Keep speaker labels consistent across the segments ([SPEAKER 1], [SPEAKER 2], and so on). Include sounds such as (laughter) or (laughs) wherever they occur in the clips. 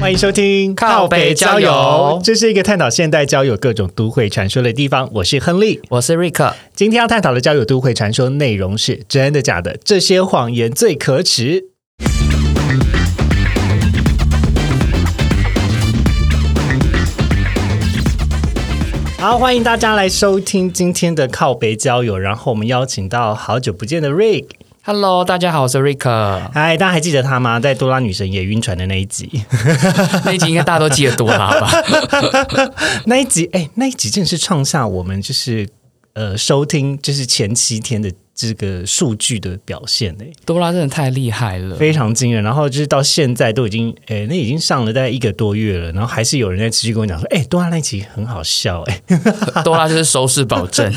[SPEAKER 1] 欢迎收听
[SPEAKER 2] 靠北交友
[SPEAKER 1] 这是一个探讨现代交友各种都会传说的地方。我是亨利，
[SPEAKER 2] 我是瑞克，
[SPEAKER 1] 今天要探讨的交友都会传说内容是真的假的？这些谎言最可耻。好，欢迎大家来收听今天的靠北交友，然后我们邀请到好久不见的 Rick。
[SPEAKER 2] Hello，大家好，我是瑞 (laughs) 克。
[SPEAKER 1] 嗨，大家还记得他吗？在多拉女神也晕船的那一集，
[SPEAKER 2] 那一集应该大家都记得多啦吧？
[SPEAKER 1] 那一集，哎、那一集真的是创下我们就是呃收听就是前七天的这个数据的表现哎、
[SPEAKER 2] (laughs) 多拉真的太厉害了，
[SPEAKER 1] 非常惊人。然后就是到现在都已经，哎、那已经上了大概一个多月了，然后还是有人在持续跟我讲说，哎、多拉那一集很好笑哎、 (laughs)
[SPEAKER 2] 多拉就是收视保 (laughs) 证。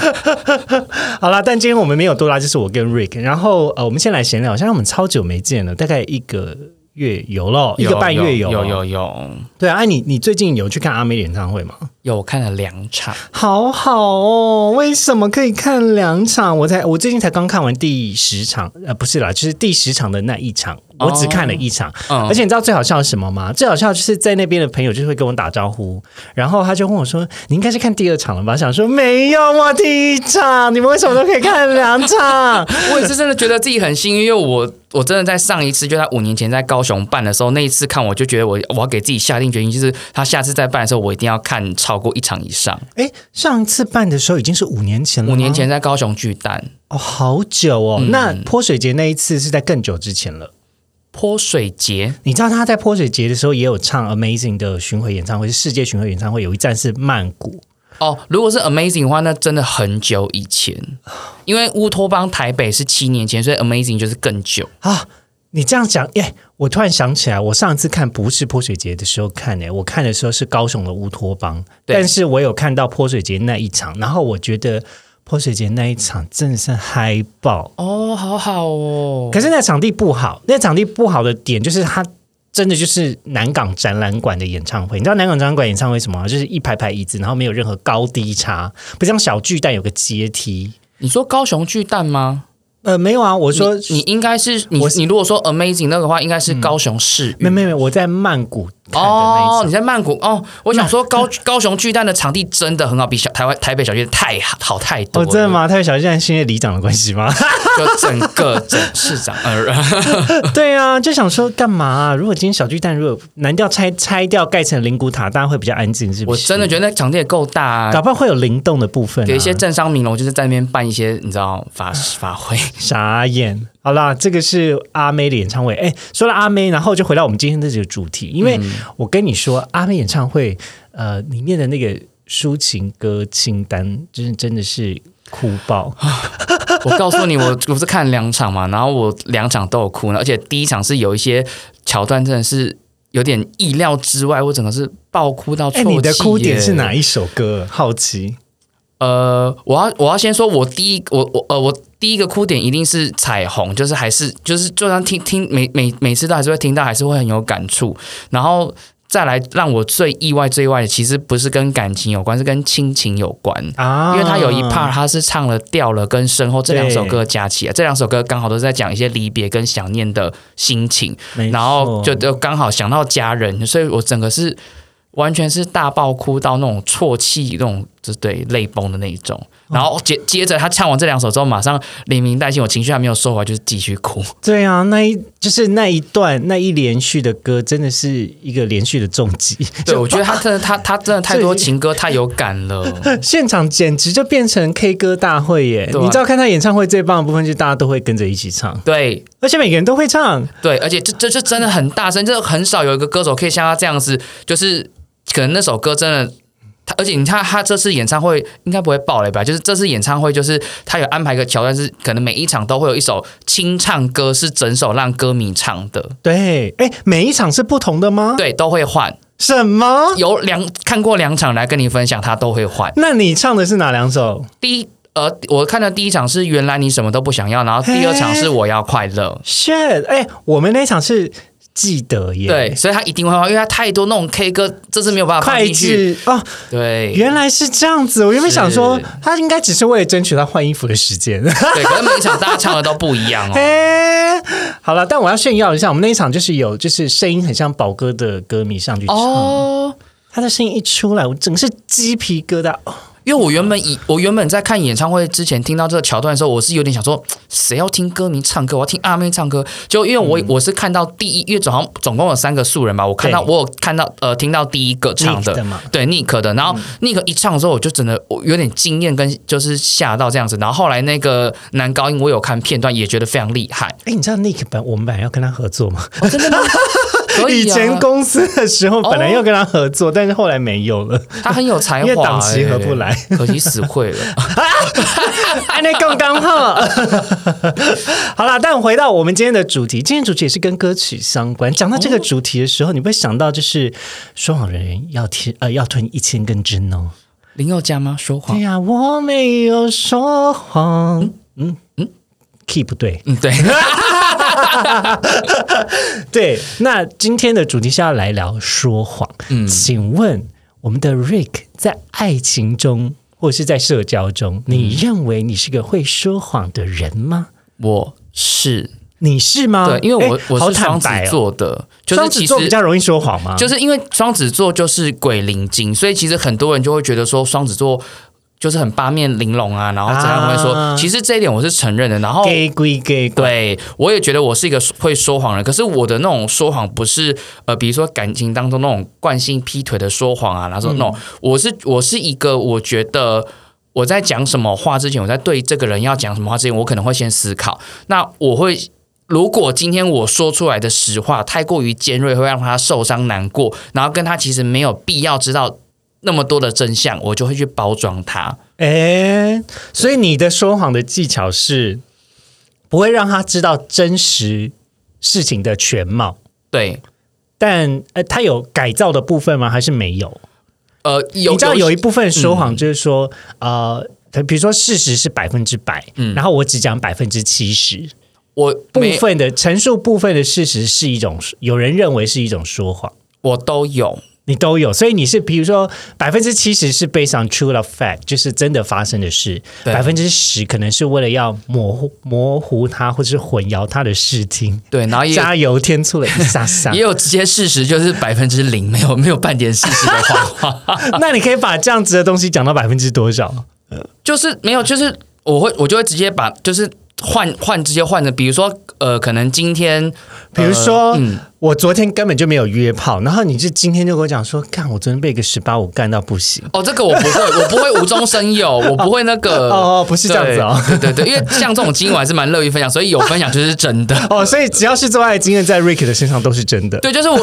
[SPEAKER 1] 好啦，但今天我们没有多拉，就是我跟 Rick。然后呃，我们先来闲聊，像我们超久没见了，大概一个月有咯，一个半月
[SPEAKER 2] 有
[SPEAKER 1] 咯
[SPEAKER 2] 有有有
[SPEAKER 1] 对啊，哎、你你最近有去看阿妹演唱会吗？
[SPEAKER 2] 有，我看了两场，
[SPEAKER 1] 好好哦，为什么可以看两场？我才我最近才刚看完第十场，呃，不是啦，就是第十场的那一场，
[SPEAKER 2] 哦
[SPEAKER 1] 我只看了一场。
[SPEAKER 2] 嗯
[SPEAKER 1] 而且你知道最好笑是什么吗？最好笑就是在那边的朋友就会跟我打招呼，然后他就问我说：“你应该是看第二场了吧？”想说没有，我第一场，你们为什么都可以看两
[SPEAKER 2] (laughs)
[SPEAKER 1] 场？
[SPEAKER 2] 我也是真的觉得自己很幸运，因为我我真的在上一次就在五年前在高雄办的时候，那一次看我就觉得我我要给自己下定决心，就是他下次再办的时候，我一定要看超过一场以上。
[SPEAKER 1] 哎，上一次办的时候已经是五年前了，
[SPEAKER 2] 五年前嗯在高雄巨蛋
[SPEAKER 1] 哦，好久哦。那泼水节那一次是在更久之前了。
[SPEAKER 2] 泼水节，
[SPEAKER 1] 你知道他在泼水节的时候也有唱 Amazing 的巡回演唱会，是世界巡回演唱会，有一站是曼谷。
[SPEAKER 2] 哦，如果是 Amazing 的话，那真的很久以前，因为乌托邦台北是七年前，所以 Amazing 就是更久。
[SPEAKER 1] 啊你这样讲，耶、我突然想起来，我上次看不是泼水节的时候看、诶，我看的时候是高雄的乌托邦，
[SPEAKER 2] 对
[SPEAKER 1] 但是我有看到泼水节那一场，然后我觉得泼水节那一场真的是嗨爆，
[SPEAKER 2] 哦，好好哦，
[SPEAKER 1] 可是那场地不好，那场地不好的点就是它。真的就是南港展览馆的演唱会，你知道南港展览馆演唱会什么吗？啊就是一排排椅子，然后没有任何高低差，不像小巨蛋有个阶梯。
[SPEAKER 2] 你说高雄巨蛋吗？
[SPEAKER 1] 呃，没有啊，我
[SPEAKER 2] 你
[SPEAKER 1] 说
[SPEAKER 2] 你应该是嗯你
[SPEAKER 1] 我
[SPEAKER 2] 你如果说 Amazing 那个话，应该是高雄市
[SPEAKER 1] 没没没，我在曼谷看的那
[SPEAKER 2] 哦
[SPEAKER 1] 一，场。
[SPEAKER 2] 你在曼谷哦，我想说高高雄巨蛋的场地真的很好，比小台湾台北小巨蛋太好好太多
[SPEAKER 1] 哦，
[SPEAKER 2] 了。
[SPEAKER 1] 真的？吗？他有小巨蛋现在里长的关系吗？
[SPEAKER 2] 就整个整市长， (laughs) 呃，
[SPEAKER 1] (laughs) 对啊，就想说干嘛啊、如果今天小巨蛋如果南调拆拆掉盖成灵骨塔，大家会比较安静，是不
[SPEAKER 2] 我
[SPEAKER 1] 是？
[SPEAKER 2] 真的觉得那场地也够大、啊，
[SPEAKER 1] 搞不好会有灵动的部分、啊，
[SPEAKER 2] 有一些政商名流就是在那边办一些你知道法法会。
[SPEAKER 1] 傻眼。好啦，这个是阿妹的演唱会。哎，说了阿妹，然后就回到我们今天这集的主题，因
[SPEAKER 2] 嗯
[SPEAKER 1] 为我跟你说，阿妹演唱会呃里面的那个抒情歌清单，就是真的是哭爆。
[SPEAKER 2] 啊我告诉你，我我是看两场嘛，然后我两场都有哭呢，而且第一场是有一些桥段真的是有点意料之外，我整个是爆哭到啜
[SPEAKER 1] 哎，
[SPEAKER 2] 泣。
[SPEAKER 1] 你的哭点是哪？一首歌？好奇。
[SPEAKER 2] 呃，我要我要先说，我第一我我呃我第一个哭点一定是彩虹，就是还是就是就算听听每每每次都还是会听到，还是会很有感触。然后再来让我最意外最意外的，其实不是跟感情有关，是跟亲情有关。
[SPEAKER 1] 啊
[SPEAKER 2] 因为他有一 part 他是唱了《掉了》跟《身后》这两首歌加起来，这两首歌刚好都是在讲一些离别跟想念的心情，
[SPEAKER 1] 没错
[SPEAKER 2] 然后就就刚好想到家人，所以我整个是完全是大爆哭到那种啜泣，那种就对泪崩的那一种。
[SPEAKER 1] 哦
[SPEAKER 2] 然后接接着他唱完这两首之后，马上连名带姓，我情绪还没有收回来，就是继续哭。
[SPEAKER 1] 对啊，那一就是那一段那一连续的歌，真的是一个连续的重
[SPEAKER 2] (laughs)
[SPEAKER 1] 击。(laughs)
[SPEAKER 2] 对，
[SPEAKER 1] 就
[SPEAKER 2] 我觉得他真的他他真
[SPEAKER 1] (laughs)
[SPEAKER 2] 的太多
[SPEAKER 1] 这
[SPEAKER 2] 情歌太有感了。
[SPEAKER 1] (laughs) 现场简直就变成 K 歌大会耶！
[SPEAKER 2] 对啊
[SPEAKER 1] 你知道看他演唱会最棒的部分，就是大家都会跟着一起唱，
[SPEAKER 2] 对，
[SPEAKER 1] 而且每个人都会唱。
[SPEAKER 2] 对，而且这这这真的很大声，这很少有一个歌手可以像他这样子，就是可能那首歌真的。他而且你看，他这次演唱会应该不会爆雷吧？就是这次演唱会，就是他有安排一个桥段，是可能每一场都会有一首清唱歌，是整首让歌迷唱的，
[SPEAKER 1] 对，哎，每一场是不同的吗？
[SPEAKER 2] 对，哦都会换。
[SPEAKER 1] 什么？
[SPEAKER 2] 有两看过两场来跟你分享，他都会换。
[SPEAKER 1] 那你唱的是哪两首？
[SPEAKER 2] 第一，呃，我看的第一场是原来你什么都不想要，然后第二场是我要快乐。
[SPEAKER 1] shit，哎，我们那一场是记得耶。
[SPEAKER 2] 对，，所以他一定会放，因为他太多那种 K 歌，这次没有办法放
[SPEAKER 1] 脍
[SPEAKER 2] 进去。
[SPEAKER 1] 炙哦，
[SPEAKER 2] 对
[SPEAKER 1] 原来是这样子。我原本想说
[SPEAKER 2] 是，
[SPEAKER 1] 他应该只是为了争取到换衣服的时间。 (laughs)
[SPEAKER 2] 对，可是每一场大家唱的都不一样哦。
[SPEAKER 1] 哎，好了，但我要炫耀一下，我们那一场就是有，就是声音很像宝哥的歌迷上去唱，
[SPEAKER 2] 哦，
[SPEAKER 1] 他的声音一出来，我整个是鸡皮疙瘩。哦
[SPEAKER 2] 因为我原本以我原本在看演唱会之前听到这个桥段的时候，我是有点想说，谁要听歌迷唱歌？我要听阿妹唱歌。就因为
[SPEAKER 1] 嗯
[SPEAKER 2] 我、我是看到第一，因为总共总共有三个素人吧，我看到
[SPEAKER 1] 对
[SPEAKER 2] 我有看到呃听到第一个唱
[SPEAKER 1] Nick 的嘛嗯
[SPEAKER 2] 对 Nick 的，然后 Nick 一唱的时候，我就真的我有点惊艳跟就是吓到这样子。然后后来那个男高音我有看片段，也觉得非常厉害。
[SPEAKER 1] 哎，你知道 Nick 本我们本来要跟他合作哦吗？
[SPEAKER 2] (laughs) 可以啊
[SPEAKER 1] 前公司的时候本来要跟他合作，但是后来没有
[SPEAKER 2] (laughs)
[SPEAKER 1] 了。
[SPEAKER 2] 他很有才华、
[SPEAKER 1] 因为档期合不来
[SPEAKER 2] 欸可惜死会了。
[SPEAKER 1] 安内更哎刚好。 (laughs) 好啦，但回到我们今天的主题，今天主题也是跟歌曲相关。讲到这个主题的时候，你会想到就是说谎人要贴呃要吞一千根针哦。
[SPEAKER 2] 林宥嘉吗？说
[SPEAKER 1] 对
[SPEAKER 2] 谎？
[SPEAKER 1] 呀、我没有说谎。嗯嗯 key 不对。
[SPEAKER 2] 嗯，
[SPEAKER 1] (laughs)
[SPEAKER 2] 对。
[SPEAKER 1] 对，那今天的主题是要来聊说谎。嗯，请问我们的 Rick 在爱情中或是在社交中，你认为你是个会说谎的人吗？
[SPEAKER 2] 我是
[SPEAKER 1] 你是吗？
[SPEAKER 2] 对，因为我
[SPEAKER 1] 啊诶
[SPEAKER 2] 我
[SPEAKER 1] 好
[SPEAKER 2] 是
[SPEAKER 1] 坦
[SPEAKER 2] 双子
[SPEAKER 1] 白哦。
[SPEAKER 2] 座的，就
[SPEAKER 1] 双
[SPEAKER 2] 是
[SPEAKER 1] 子
[SPEAKER 2] 其
[SPEAKER 1] 座比
[SPEAKER 2] 实
[SPEAKER 1] 较容易说谎吗？
[SPEAKER 2] 就是因为双子座就是鬼灵精，所以其实很多人就会觉得说双子座就是很八面玲珑啊，然后怎样会说，
[SPEAKER 1] 啊
[SPEAKER 2] 其实这一点我是承认的。然后
[SPEAKER 1] gay 归 gay，怪
[SPEAKER 2] 对我也觉得我是一个会说谎人，可是我的那种说谎不是呃，比如说感情当中那种惯性劈腿的说谎啊，然
[SPEAKER 1] 嗯
[SPEAKER 2] 后说 no，、我是我是一个我觉得。我在讲什么话之前，我在对这个人要讲什么话之前，我可能会先思考。那我会，如果今天我说出来的实话太过于尖锐，会让他受伤难过，然后跟他其实没有必要知道那么多的真相，我就会去包装他。
[SPEAKER 1] 哎，所以你的说谎的技巧是不会让他知道真实事情的全貌，
[SPEAKER 2] 对，
[SPEAKER 1] 但呃，他有改造的部分吗？还是没有？
[SPEAKER 2] 呃，有
[SPEAKER 1] 你知道
[SPEAKER 2] 有嗯
[SPEAKER 1] 有一部分说谎就是说，呃，比如说事实是百分之百，然后我只讲百分之七十，
[SPEAKER 2] 我
[SPEAKER 1] 部
[SPEAKER 2] 嗯没
[SPEAKER 1] 分的陈述部分的事实是一种，有人认为是一种说谎，
[SPEAKER 2] 我都有，
[SPEAKER 1] 你都有，所以你是比如说百分之七十是 based on true of fact，就是真的发生的事，
[SPEAKER 2] 对
[SPEAKER 1] 百分之十可能是为了要模糊模糊它或是混淆它的视听，
[SPEAKER 2] 对，然后也有
[SPEAKER 1] 加油添醋了一下下
[SPEAKER 2] 也。有直接事实，就是百分之零，没有没有半点事实的谎话，
[SPEAKER 1] 那你可以把这样子的东西讲到百分之多少？
[SPEAKER 2] (laughs) 就是没有，就是我会我就会直接把就是换换直接换的，比如说呃，可能今天
[SPEAKER 1] 比如说，
[SPEAKER 2] 呃嗯
[SPEAKER 1] 我昨天根本就没有约炮，然后你就今天就跟我讲说，干，我昨天被一个十八五干到不行。
[SPEAKER 2] 哦，这个我不会，我 (laughs) 不会无中生有，我不会那个
[SPEAKER 1] 哦哦不是这样子哦
[SPEAKER 2] 对对对，对因为像这种经验我还是蛮乐于分享，所以有分享就是真的。
[SPEAKER 1] 哦，所以只要是做爱的经验，在 Rick 的身上都是真的。
[SPEAKER 2] 对，就
[SPEAKER 1] (laughs)
[SPEAKER 2] 是我，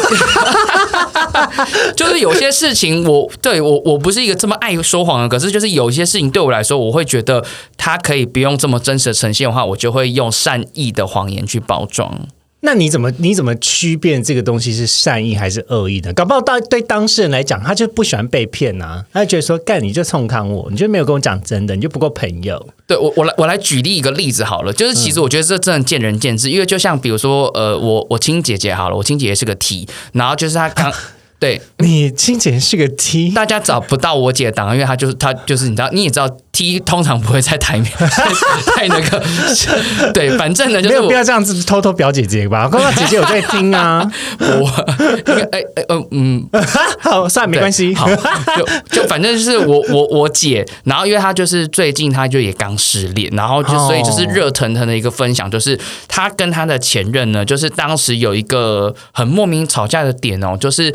[SPEAKER 2] 就是有些事情我，对我我不是一个这么爱说谎的，可是就是有些事情对我来说，我会觉得它可以不用这么真实的呈现的话，我就会用善意的谎言去包装。
[SPEAKER 1] 那你怎么你怎么区辨这个东西是善意还是恶意呢？搞不好当对当事人来讲，他就不喜欢被骗呐、他就觉得说，干你就冲康我，你就没有跟我讲真的，你就不够朋友。
[SPEAKER 2] 对我，我来我来举例一个例子好了，就是
[SPEAKER 1] 嗯
[SPEAKER 2] 其实我觉得这真的见仁见智，因为就像比如说，呃，我我亲姐姐好了，我亲姐姐是个 T，然后就是
[SPEAKER 1] (laughs)
[SPEAKER 2] 她刚对
[SPEAKER 1] 你亲姐是个 T，
[SPEAKER 2] 大家找不到我姐的档案，因为她就是她就是你知道你也知道 T 通常不会在台面 (laughs) 太那个， (laughs) 对，反正呢就
[SPEAKER 1] 没
[SPEAKER 2] 是
[SPEAKER 1] 有
[SPEAKER 2] 我
[SPEAKER 1] 必要这样子偷偷表姐姐
[SPEAKER 2] (laughs)
[SPEAKER 1] 吧？刚刚姐姐有在听啊。
[SPEAKER 2] 我，哎哎呃嗯，
[SPEAKER 1] 好，算了，没
[SPEAKER 2] 对
[SPEAKER 1] 关系。
[SPEAKER 2] 好，就就反正就是我 (laughs) 我我姐，然后因为她就是最近她就也刚失恋，然后就
[SPEAKER 1] 哦
[SPEAKER 2] 所以就是热腾腾的一个分享，就是她跟她的前任呢，就是当时有一个很莫名吵架的点哦，就是。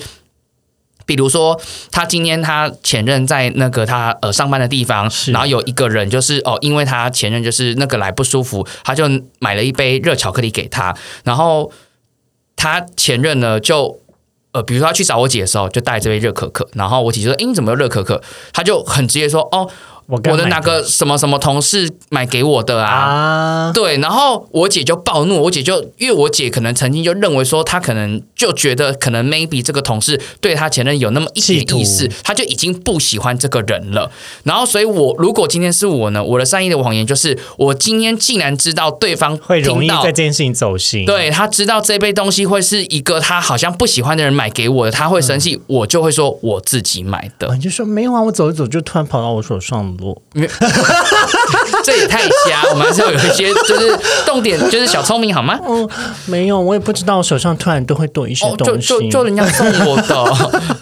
[SPEAKER 2] 比如说，她今天她前任在那个她呃上班的地方，
[SPEAKER 1] 是
[SPEAKER 2] 然后有一个人就是哦，因为她前任就是那个来不舒服，她就买了一杯热巧克力给她，然后她前任呢就呃，比如说他去找我姐的时候，就带这杯热可可，然后我姐就说：“诶，你怎么有热可可？”他就很直接说：“哦，
[SPEAKER 1] 我
[SPEAKER 2] 我的
[SPEAKER 1] 哪
[SPEAKER 2] 哪个什么什么同事买给我的啊。
[SPEAKER 1] (laughs) 啊？
[SPEAKER 2] 对，然后我姐就暴怒，我姐就因为我姐可能曾经就认为说，她可能就觉得可能 maybe 这个同事对她前任有那么一
[SPEAKER 1] 企
[SPEAKER 2] 点
[SPEAKER 1] 图
[SPEAKER 2] 意思，她就已经不喜欢这个人了。然后，所以我如果今天是我呢，我的善意的谎言就是，我今天既然知道对方
[SPEAKER 1] 会容易
[SPEAKER 2] 听到
[SPEAKER 1] 在这件事情走心。，
[SPEAKER 2] 对他知道这杯东西会是一个他好像不喜欢的人买给我的，他会生气，我就会说我自己买
[SPEAKER 1] (laughs)
[SPEAKER 2] 的，
[SPEAKER 1] 你就说没有啊，我走一走就突然跑到我手上落。
[SPEAKER 2] 这也太瞎，我们还是要有一些就是重点，就是小聪明好吗？
[SPEAKER 1] 嗯，没有，我也不知道我手上突然都会多一些
[SPEAKER 2] 哦，就
[SPEAKER 1] 东西。
[SPEAKER 2] 就就人家送我的，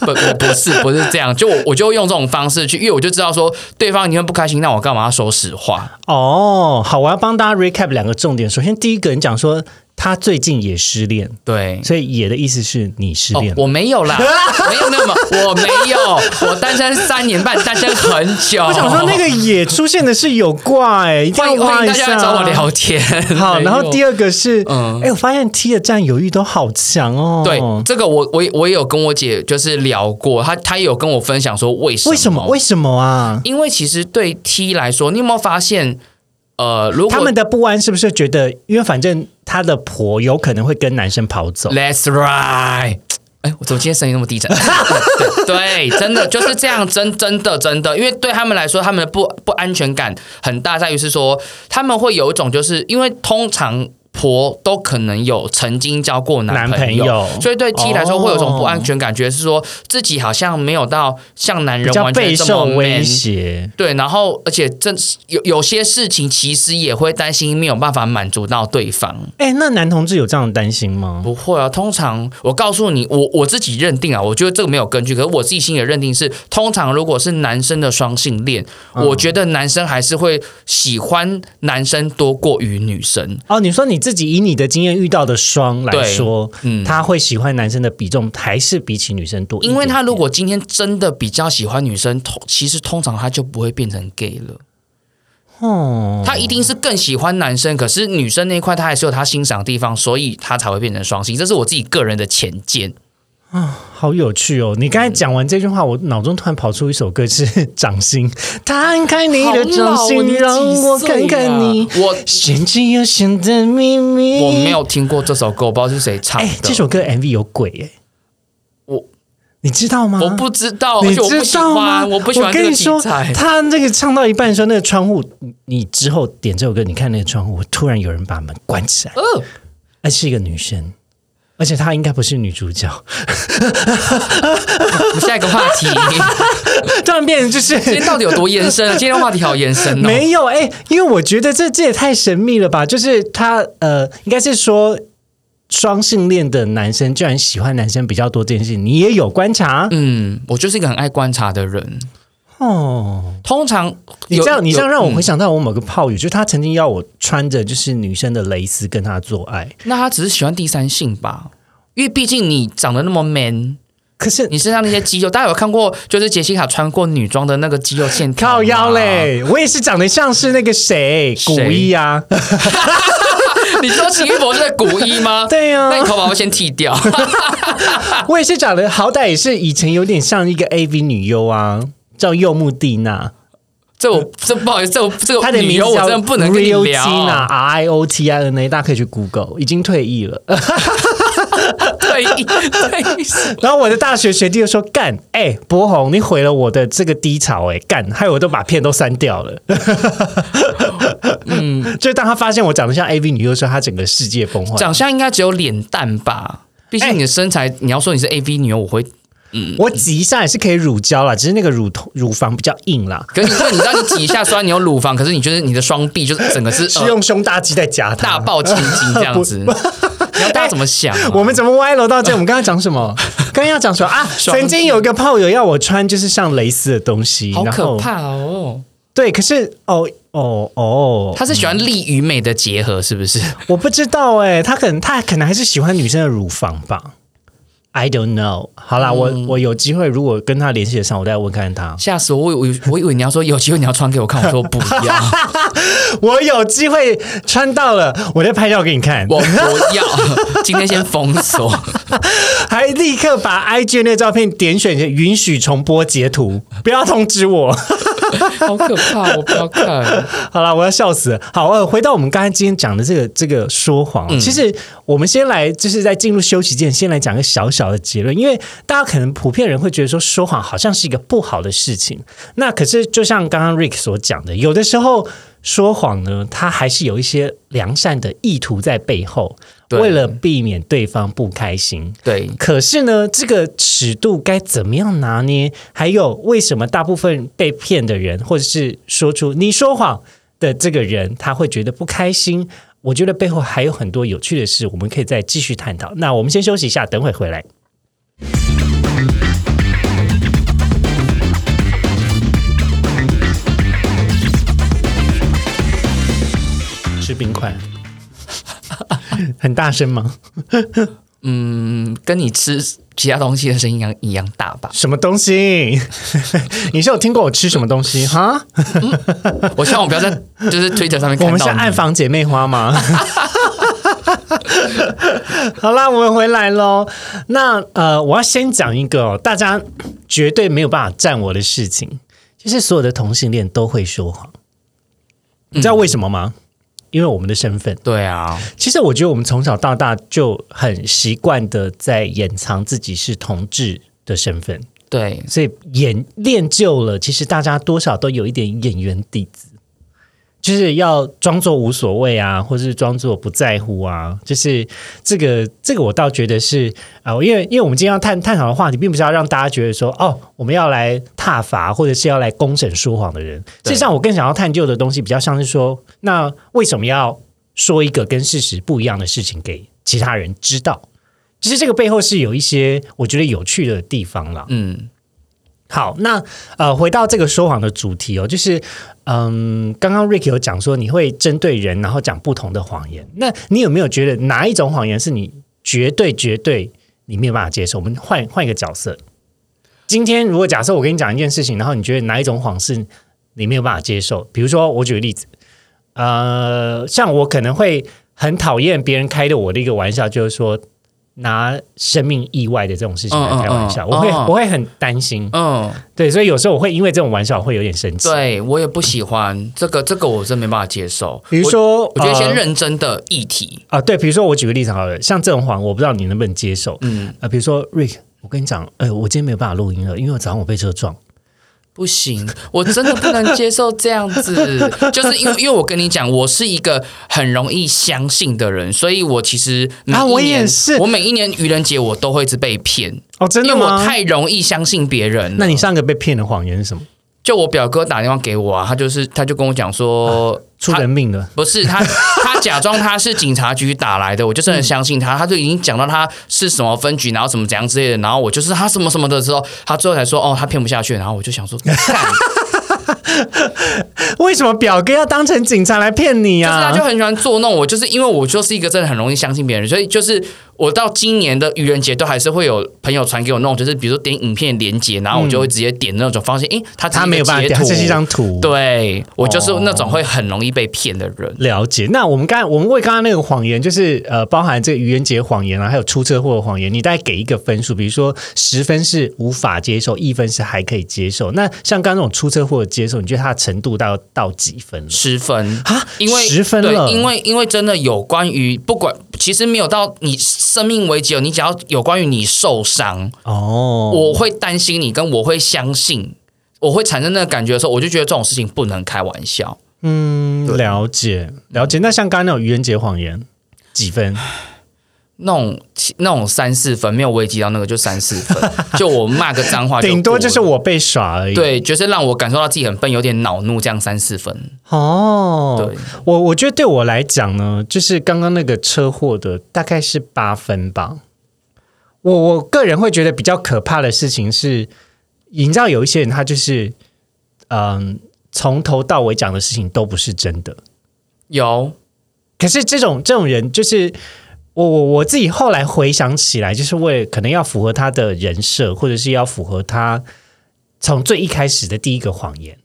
[SPEAKER 2] 不，我不是不是这样，就我我就用这种方式去，因为我就知道说对方一定会不开心，那我干嘛要说实话？
[SPEAKER 1] 哦，好，我要帮大家 recap 两个重点。首先，第一个，你讲说他最近也失恋，
[SPEAKER 2] 对，
[SPEAKER 1] 所以“也”的意思是你失
[SPEAKER 2] 哦
[SPEAKER 1] 恋，了。
[SPEAKER 2] 我没有啦，
[SPEAKER 1] (laughs)
[SPEAKER 2] 没有那么，我没有，我单身三年半，单身很久。
[SPEAKER 1] 我想说，那个“也”出现的是有挂哎、一定
[SPEAKER 2] 欢
[SPEAKER 1] 要
[SPEAKER 2] 迎欢
[SPEAKER 1] 挂
[SPEAKER 2] 迎
[SPEAKER 1] 一
[SPEAKER 2] 大家
[SPEAKER 1] 下。
[SPEAKER 2] 来找我聊天。
[SPEAKER 1] 好，然后
[SPEAKER 2] 没有
[SPEAKER 1] 第二个是，哎、
[SPEAKER 2] 嗯
[SPEAKER 1] 我发现 T 的占有欲都好强哦。
[SPEAKER 2] 对，这个我我也我也有跟我姐就是聊过，她她也有跟我分享说为什么
[SPEAKER 1] 为什么？为什么啊？
[SPEAKER 2] 因为其实对 T 来说，你有没有发现？呃，如果
[SPEAKER 1] 他们的不安是不是觉得，因为反正她的婆有可能会跟男生跑走，
[SPEAKER 2] Let's ride。哎，我怎么今天声音那么低
[SPEAKER 1] (laughs)
[SPEAKER 2] 沉？对对，真的就是这样，真真的真的，因为对他们来说，他们的不不安全感很大，在于是说他们会有一种，就是因为通常婆都可能有曾经交过男
[SPEAKER 1] 男朋
[SPEAKER 2] 朋
[SPEAKER 1] 友
[SPEAKER 2] 友，所以对 T 来
[SPEAKER 1] 哦
[SPEAKER 2] 说会有一种不安全感，觉得是说自己好像没有到像男
[SPEAKER 1] 比
[SPEAKER 2] 人
[SPEAKER 1] 较
[SPEAKER 2] 完
[SPEAKER 1] 备
[SPEAKER 2] 全这
[SPEAKER 1] 受
[SPEAKER 2] 么 man
[SPEAKER 1] 威。胁。
[SPEAKER 2] 对，然后而且这有有些事情其实也会担心没有办法满足到对方。
[SPEAKER 1] 哎、那男同志有这样的担心吗？
[SPEAKER 2] 不会啊，通常我告诉你，我我自己认定啊，我觉得这个没有根据，可是我自己心里的认定是，通常如果是男生的双性恋，
[SPEAKER 1] 嗯
[SPEAKER 2] 我觉得男生还是会喜欢男生多过于女生。
[SPEAKER 1] 哦，你说你自己以你的经验遇到的双来
[SPEAKER 2] 对
[SPEAKER 1] 说，
[SPEAKER 2] 嗯，
[SPEAKER 1] 他会喜欢男生的比重还是比起女生多一点
[SPEAKER 2] 因
[SPEAKER 1] 点？
[SPEAKER 2] 为他如果今天真的比较喜欢女生，通其实通常他就不会变成 gay 了。
[SPEAKER 1] 哦，
[SPEAKER 2] 他一定是更喜欢男生，可是女生那一块他还是有他欣赏的地方，所以他才会变成双性。这是我自己个人的浅见。
[SPEAKER 1] 好有趣哦！你刚
[SPEAKER 2] 嗯
[SPEAKER 1] 才讲完这句话，我脑中突然跑出一首歌是《掌心》， (laughs) 摊开你的掌
[SPEAKER 2] 哦
[SPEAKER 1] 心，让我看看你，
[SPEAKER 2] 我
[SPEAKER 1] 嫌弃又嫌的秘密。
[SPEAKER 2] 啊我没有听过这首歌，我不知道是谁唱
[SPEAKER 1] 哎、
[SPEAKER 2] 的。
[SPEAKER 1] 这首歌 MV 有鬼哎、
[SPEAKER 2] 我
[SPEAKER 1] 你知道吗？
[SPEAKER 2] 我不知道，
[SPEAKER 1] 嗯你
[SPEAKER 2] 哦而且我不
[SPEAKER 1] 知
[SPEAKER 2] 喜
[SPEAKER 1] 道吗？
[SPEAKER 2] 欢，我不喜欢这
[SPEAKER 1] 跟
[SPEAKER 2] 个
[SPEAKER 1] 你
[SPEAKER 2] 题
[SPEAKER 1] 说， (laughs)
[SPEAKER 2] 材。
[SPEAKER 1] 他那个唱到一半的时候，那个窗户，你你之后点这首歌，你看那个窗户，我突然有人把门关起来，
[SPEAKER 2] 呃，
[SPEAKER 1] 而是一个女生，而且她应该不是女主角， (laughs)
[SPEAKER 2] 我们下一个话题，
[SPEAKER 1] 突然变成就
[SPEAKER 2] 今
[SPEAKER 1] 是。
[SPEAKER 2] 天到底有多
[SPEAKER 1] (laughs)
[SPEAKER 2] 延伸啊？今天的话题好延伸哦。
[SPEAKER 1] 没有哎、因为我觉得这这也太神秘了吧！就是他呃，应该是说双性恋的男生居然喜欢男生比较多这件事，你也有观察、
[SPEAKER 2] 嗯，我就是一个很爱观察的人。
[SPEAKER 1] 哦。
[SPEAKER 2] 通常
[SPEAKER 1] 你
[SPEAKER 2] 嗯有
[SPEAKER 1] 这样你这样
[SPEAKER 2] 有
[SPEAKER 1] 让我
[SPEAKER 2] 嗯
[SPEAKER 1] 回想到我某个炮友，就是他曾经要我穿着就是女生的蕾丝跟他做爱，
[SPEAKER 2] 那他只是喜欢第三性吧？因为毕竟你长得那么 man，
[SPEAKER 1] 可是
[SPEAKER 2] 你身上那些肌肉，大家有看过就是杰西卡穿过女装的那个肌肉线条吗
[SPEAKER 1] 靠腰？嘞，我也是长得像是那个谁古
[SPEAKER 2] 啊谁
[SPEAKER 1] 一啊，
[SPEAKER 2] (laughs)
[SPEAKER 1] (laughs)
[SPEAKER 2] 你说奇异博士的古一吗？
[SPEAKER 1] (laughs) 对啊
[SPEAKER 2] 那你头发会先剃掉。 (laughs)
[SPEAKER 1] 我也是长得好歹也是以前有点像一个 AV 女优啊，叫柚木蒂娜，
[SPEAKER 2] 这我这不好意思，这我这个
[SPEAKER 1] 她的
[SPEAKER 2] 哦女
[SPEAKER 1] 名
[SPEAKER 2] 优
[SPEAKER 1] 字
[SPEAKER 2] 我
[SPEAKER 1] 叫
[SPEAKER 2] 真的不能跟你
[SPEAKER 1] Rio
[SPEAKER 2] 聊。
[SPEAKER 1] Tina R I O T I N A，大家可以去 Google，已经退役了。 (laughs)
[SPEAKER 2] (laughs) 对对，
[SPEAKER 1] 然后我的大学学弟就说：“干，哎、博宏，你毁了我的这个低潮、哎，干，害我都把片都删掉了。”嗯， (laughs) 就当他发现我长得像 AV 女优的时候，他整个世界崩坏。
[SPEAKER 2] 长相应该只有脸蛋吧？毕竟你的身材，你要说你 (laughs) 是 A V 女优，我会。
[SPEAKER 1] 我挤一下也是可以乳胶啦，只是那个乳头乳房比较硬啦。
[SPEAKER 2] 可是你说你让你挤一下，虽然你有乳房，可是你就是你的双臂就是整个是
[SPEAKER 1] 是
[SPEAKER 2] (laughs) 呃
[SPEAKER 1] 用胸大肌在夹它。
[SPEAKER 2] 大爆青筋这样子。你要大家怎么想 (laughs) 啊？
[SPEAKER 1] 我们怎么歪楼到这？我们刚刚讲什
[SPEAKER 2] (laughs)
[SPEAKER 1] 么？刚刚要讲什么啊？
[SPEAKER 2] 双
[SPEAKER 1] 曾经有一个炮友要我穿就是像蕾丝的东西，
[SPEAKER 2] 好
[SPEAKER 1] 然
[SPEAKER 2] 可
[SPEAKER 1] 后
[SPEAKER 2] 怕哦！
[SPEAKER 1] 对，可是哦哦哦，
[SPEAKER 2] 他是喜欢力与美的结合，是不 (laughs) 是？
[SPEAKER 1] 我不知道哎、他可能他可能还是喜欢女生的乳房吧。I don't know。好啦，
[SPEAKER 2] 嗯
[SPEAKER 1] 我我有机会如果跟他联系得上，我再问看他。 (laughs)
[SPEAKER 2] 吓死我！我以为我以为你要说有机会你要穿给我看，我说不要， (laughs)
[SPEAKER 1] 我有机会穿到了，我再拍照给你看。
[SPEAKER 2] 我不要，今天先封锁。
[SPEAKER 1] 还立刻把 IG 那个照片点选允许重播截图，不要通知我。
[SPEAKER 2] 好可怕，我不要看。
[SPEAKER 1] (laughs) 好了，我要笑死了。好，呃，回到我们刚才今天讲的这个这个说谎，啊其实我们先来就是在进入休息之前，先来讲个小小的结论，因为大家可能普遍人会觉得说说谎好像是一个不好的事情，那可是就像刚刚 Rick 所讲的，有的时候说谎呢，它还是有一些良善的意图在背后，
[SPEAKER 2] 对
[SPEAKER 1] 为了避免对方不开心，
[SPEAKER 2] (laughs) 对，
[SPEAKER 1] 可是呢，这个尺度该怎么样拿捏？还有，为什么大部分被骗的人，或者是说出你说谎的这个人，他会觉得不开心？我觉得背后还有很多有趣的事，我们可以再继续探讨。那我们先休息一下，等会回来。吃冰块， (laughs) 很大声吗？
[SPEAKER 2] 嗯，跟你吃其他东西的声音一样一样大吧？
[SPEAKER 1] 什么东
[SPEAKER 2] (laughs)
[SPEAKER 1] 西？你是有听过我吃什么东西哈？
[SPEAKER 2] 我希望我不
[SPEAKER 1] (laughs)
[SPEAKER 2] 要在就是 Twitter 上面看到
[SPEAKER 1] 我们是
[SPEAKER 2] 你
[SPEAKER 1] 暗访姐妹花吗？ (laughs) 好啦，我们回来喽。那呃，我要先讲一个、哦、大家绝对没有办法站我的事情，就是所有的同性恋都会说谎。
[SPEAKER 2] 嗯
[SPEAKER 1] 你知道为什么吗？因为我们的身份。
[SPEAKER 2] 对啊，
[SPEAKER 1] 其实我觉得我们从小到大就很习惯的在掩藏自己是同志的身份。
[SPEAKER 2] 对，
[SPEAKER 1] 所以演练就了，其实大家多少都有一点演员底子，就是要装作无所谓啊，或是装作不在乎啊。就是这个，这个我倒觉得是啊、因为因为我们今天要探探讨的话题，并不是要让大家觉得说哦，我们要来挞伐或者是要来公审说谎的人。事
[SPEAKER 2] 对
[SPEAKER 1] 实上，我更想要探究的东西，比较像是说，那为什么要说一个跟事实不一样的事情给其他人知道？其实这个背后是有一些我觉得有趣的地方啦。
[SPEAKER 2] 嗯，
[SPEAKER 1] 好，那呃，回到这个说谎的主题哦，就是嗯，刚刚 Rick 有讲说你会针对人，然后讲不同的谎言。那你有没有觉得哪一种谎言是你绝对绝对你没有办法接受？我们换换一个角色，今天如果假设我跟你讲一件事情，然后你觉得哪一种谎是你没有办法接受？比如说，我举个例子，呃，像我可能会很讨厌别人开的我的一个玩笑，就是说拿生命意外的这种事情来开玩笑，
[SPEAKER 2] 嗯嗯嗯
[SPEAKER 1] 我会
[SPEAKER 2] 嗯
[SPEAKER 1] 我会很担心。
[SPEAKER 2] 嗯，
[SPEAKER 1] 对，所以有时候我会因为这种玩笑会有点生气。
[SPEAKER 2] 对我也不喜欢这个，这个我真没办法接受。
[SPEAKER 1] 比如
[SPEAKER 2] 我，
[SPEAKER 1] 说，
[SPEAKER 2] 我觉得先
[SPEAKER 1] 呃
[SPEAKER 2] 认真的议题，
[SPEAKER 1] 啊、对，比如说我举个例子好了，像这种谎，我不知道你能不能接受。
[SPEAKER 2] 嗯，
[SPEAKER 1] 呃，比如说 Rick，我跟你讲，呃，我今天没有办法录音了，因为我早上我被车撞。
[SPEAKER 2] 不行，我真的不能接受这样
[SPEAKER 1] (laughs)
[SPEAKER 2] 子，就是因为因为我跟你讲，我是一个很容易相信的人，所以我其实每
[SPEAKER 1] 啊
[SPEAKER 2] 一
[SPEAKER 1] 我也
[SPEAKER 2] 年
[SPEAKER 1] 是
[SPEAKER 2] 我每一年愚人节我都会一直被骗，
[SPEAKER 1] 哦，真
[SPEAKER 2] 因
[SPEAKER 1] 的
[SPEAKER 2] 为我
[SPEAKER 1] 吗？
[SPEAKER 2] 太容易相信别人了。
[SPEAKER 1] 那你上个被骗的谎言是什么？
[SPEAKER 2] 就我表哥打电话给我啊，他就是他就跟我讲说，
[SPEAKER 1] 出
[SPEAKER 2] 他
[SPEAKER 1] 人命了。
[SPEAKER 2] 不是他， (laughs) 他假装他是警察局打来的，我就是很相信他，他就已经讲到他是什么分局，然后怎么怎样之类的，然后我就是他什么什么的时候，他最后才说哦，他骗不下去，然后我就想说，
[SPEAKER 1] (laughs)
[SPEAKER 2] 干就是
[SPEAKER 1] 为什么表哥要当成警察来骗你
[SPEAKER 2] 他
[SPEAKER 1] 啊？
[SPEAKER 2] 就很喜欢捉弄我，就是因为我就是一个真的很容易相信别人，所以就是我到今年的愚人节都还是会有朋友传给我那种，就是比如说点影片连接，然后我就会直接点那种，发现诶，他只是一
[SPEAKER 1] 他
[SPEAKER 2] 个
[SPEAKER 1] 没有办法
[SPEAKER 2] 截
[SPEAKER 1] 点，他
[SPEAKER 2] 图，
[SPEAKER 1] 这是一张图。哦
[SPEAKER 2] 对我就是那种会很容易被骗的人。
[SPEAKER 1] 了解。那我们刚才我们为刚刚那个谎言，就是呃，包含这个愚人节谎言啊，还有出车祸的谎言，你大概给一个分数，比如说十分是无法接受，一分是还可以接受。那像刚刚那种出车祸的接受，你觉得它的程度到到几分了？
[SPEAKER 2] 十分
[SPEAKER 1] 啊
[SPEAKER 2] 因为
[SPEAKER 1] 十分了
[SPEAKER 2] 对，因为因为真的有关于不管，其实没有到你生命危机哦，你只要有关于你受伤，
[SPEAKER 1] 哦，
[SPEAKER 2] 我会担心你，跟我会相信，我会产生那个感觉的时候，我就觉得这种事情不能开玩笑。
[SPEAKER 1] 嗯了解了解。那像刚刚那种愚人节谎言几分？
[SPEAKER 2] 那种那种三四分没有危及到那个就三四分，就我骂个脏话过了，
[SPEAKER 1] 顶多就是我被耍而已。
[SPEAKER 2] 对，就是让我感受到自己很笨，有点恼怒，这样三四分。
[SPEAKER 1] 哦，
[SPEAKER 2] 对，
[SPEAKER 1] 我我觉得对我来讲呢，就是刚刚那个车祸的大概是八分吧。我我个人会觉得比较可怕的事情是，你知道有一些人他就是嗯，从头到尾讲的事情都不是真的。
[SPEAKER 2] 有
[SPEAKER 1] 可是这种这种人，就是我我我自己后来回想起来，就是为了可能要符合他的人设，或者是要符合他从最一开始的第一个谎言，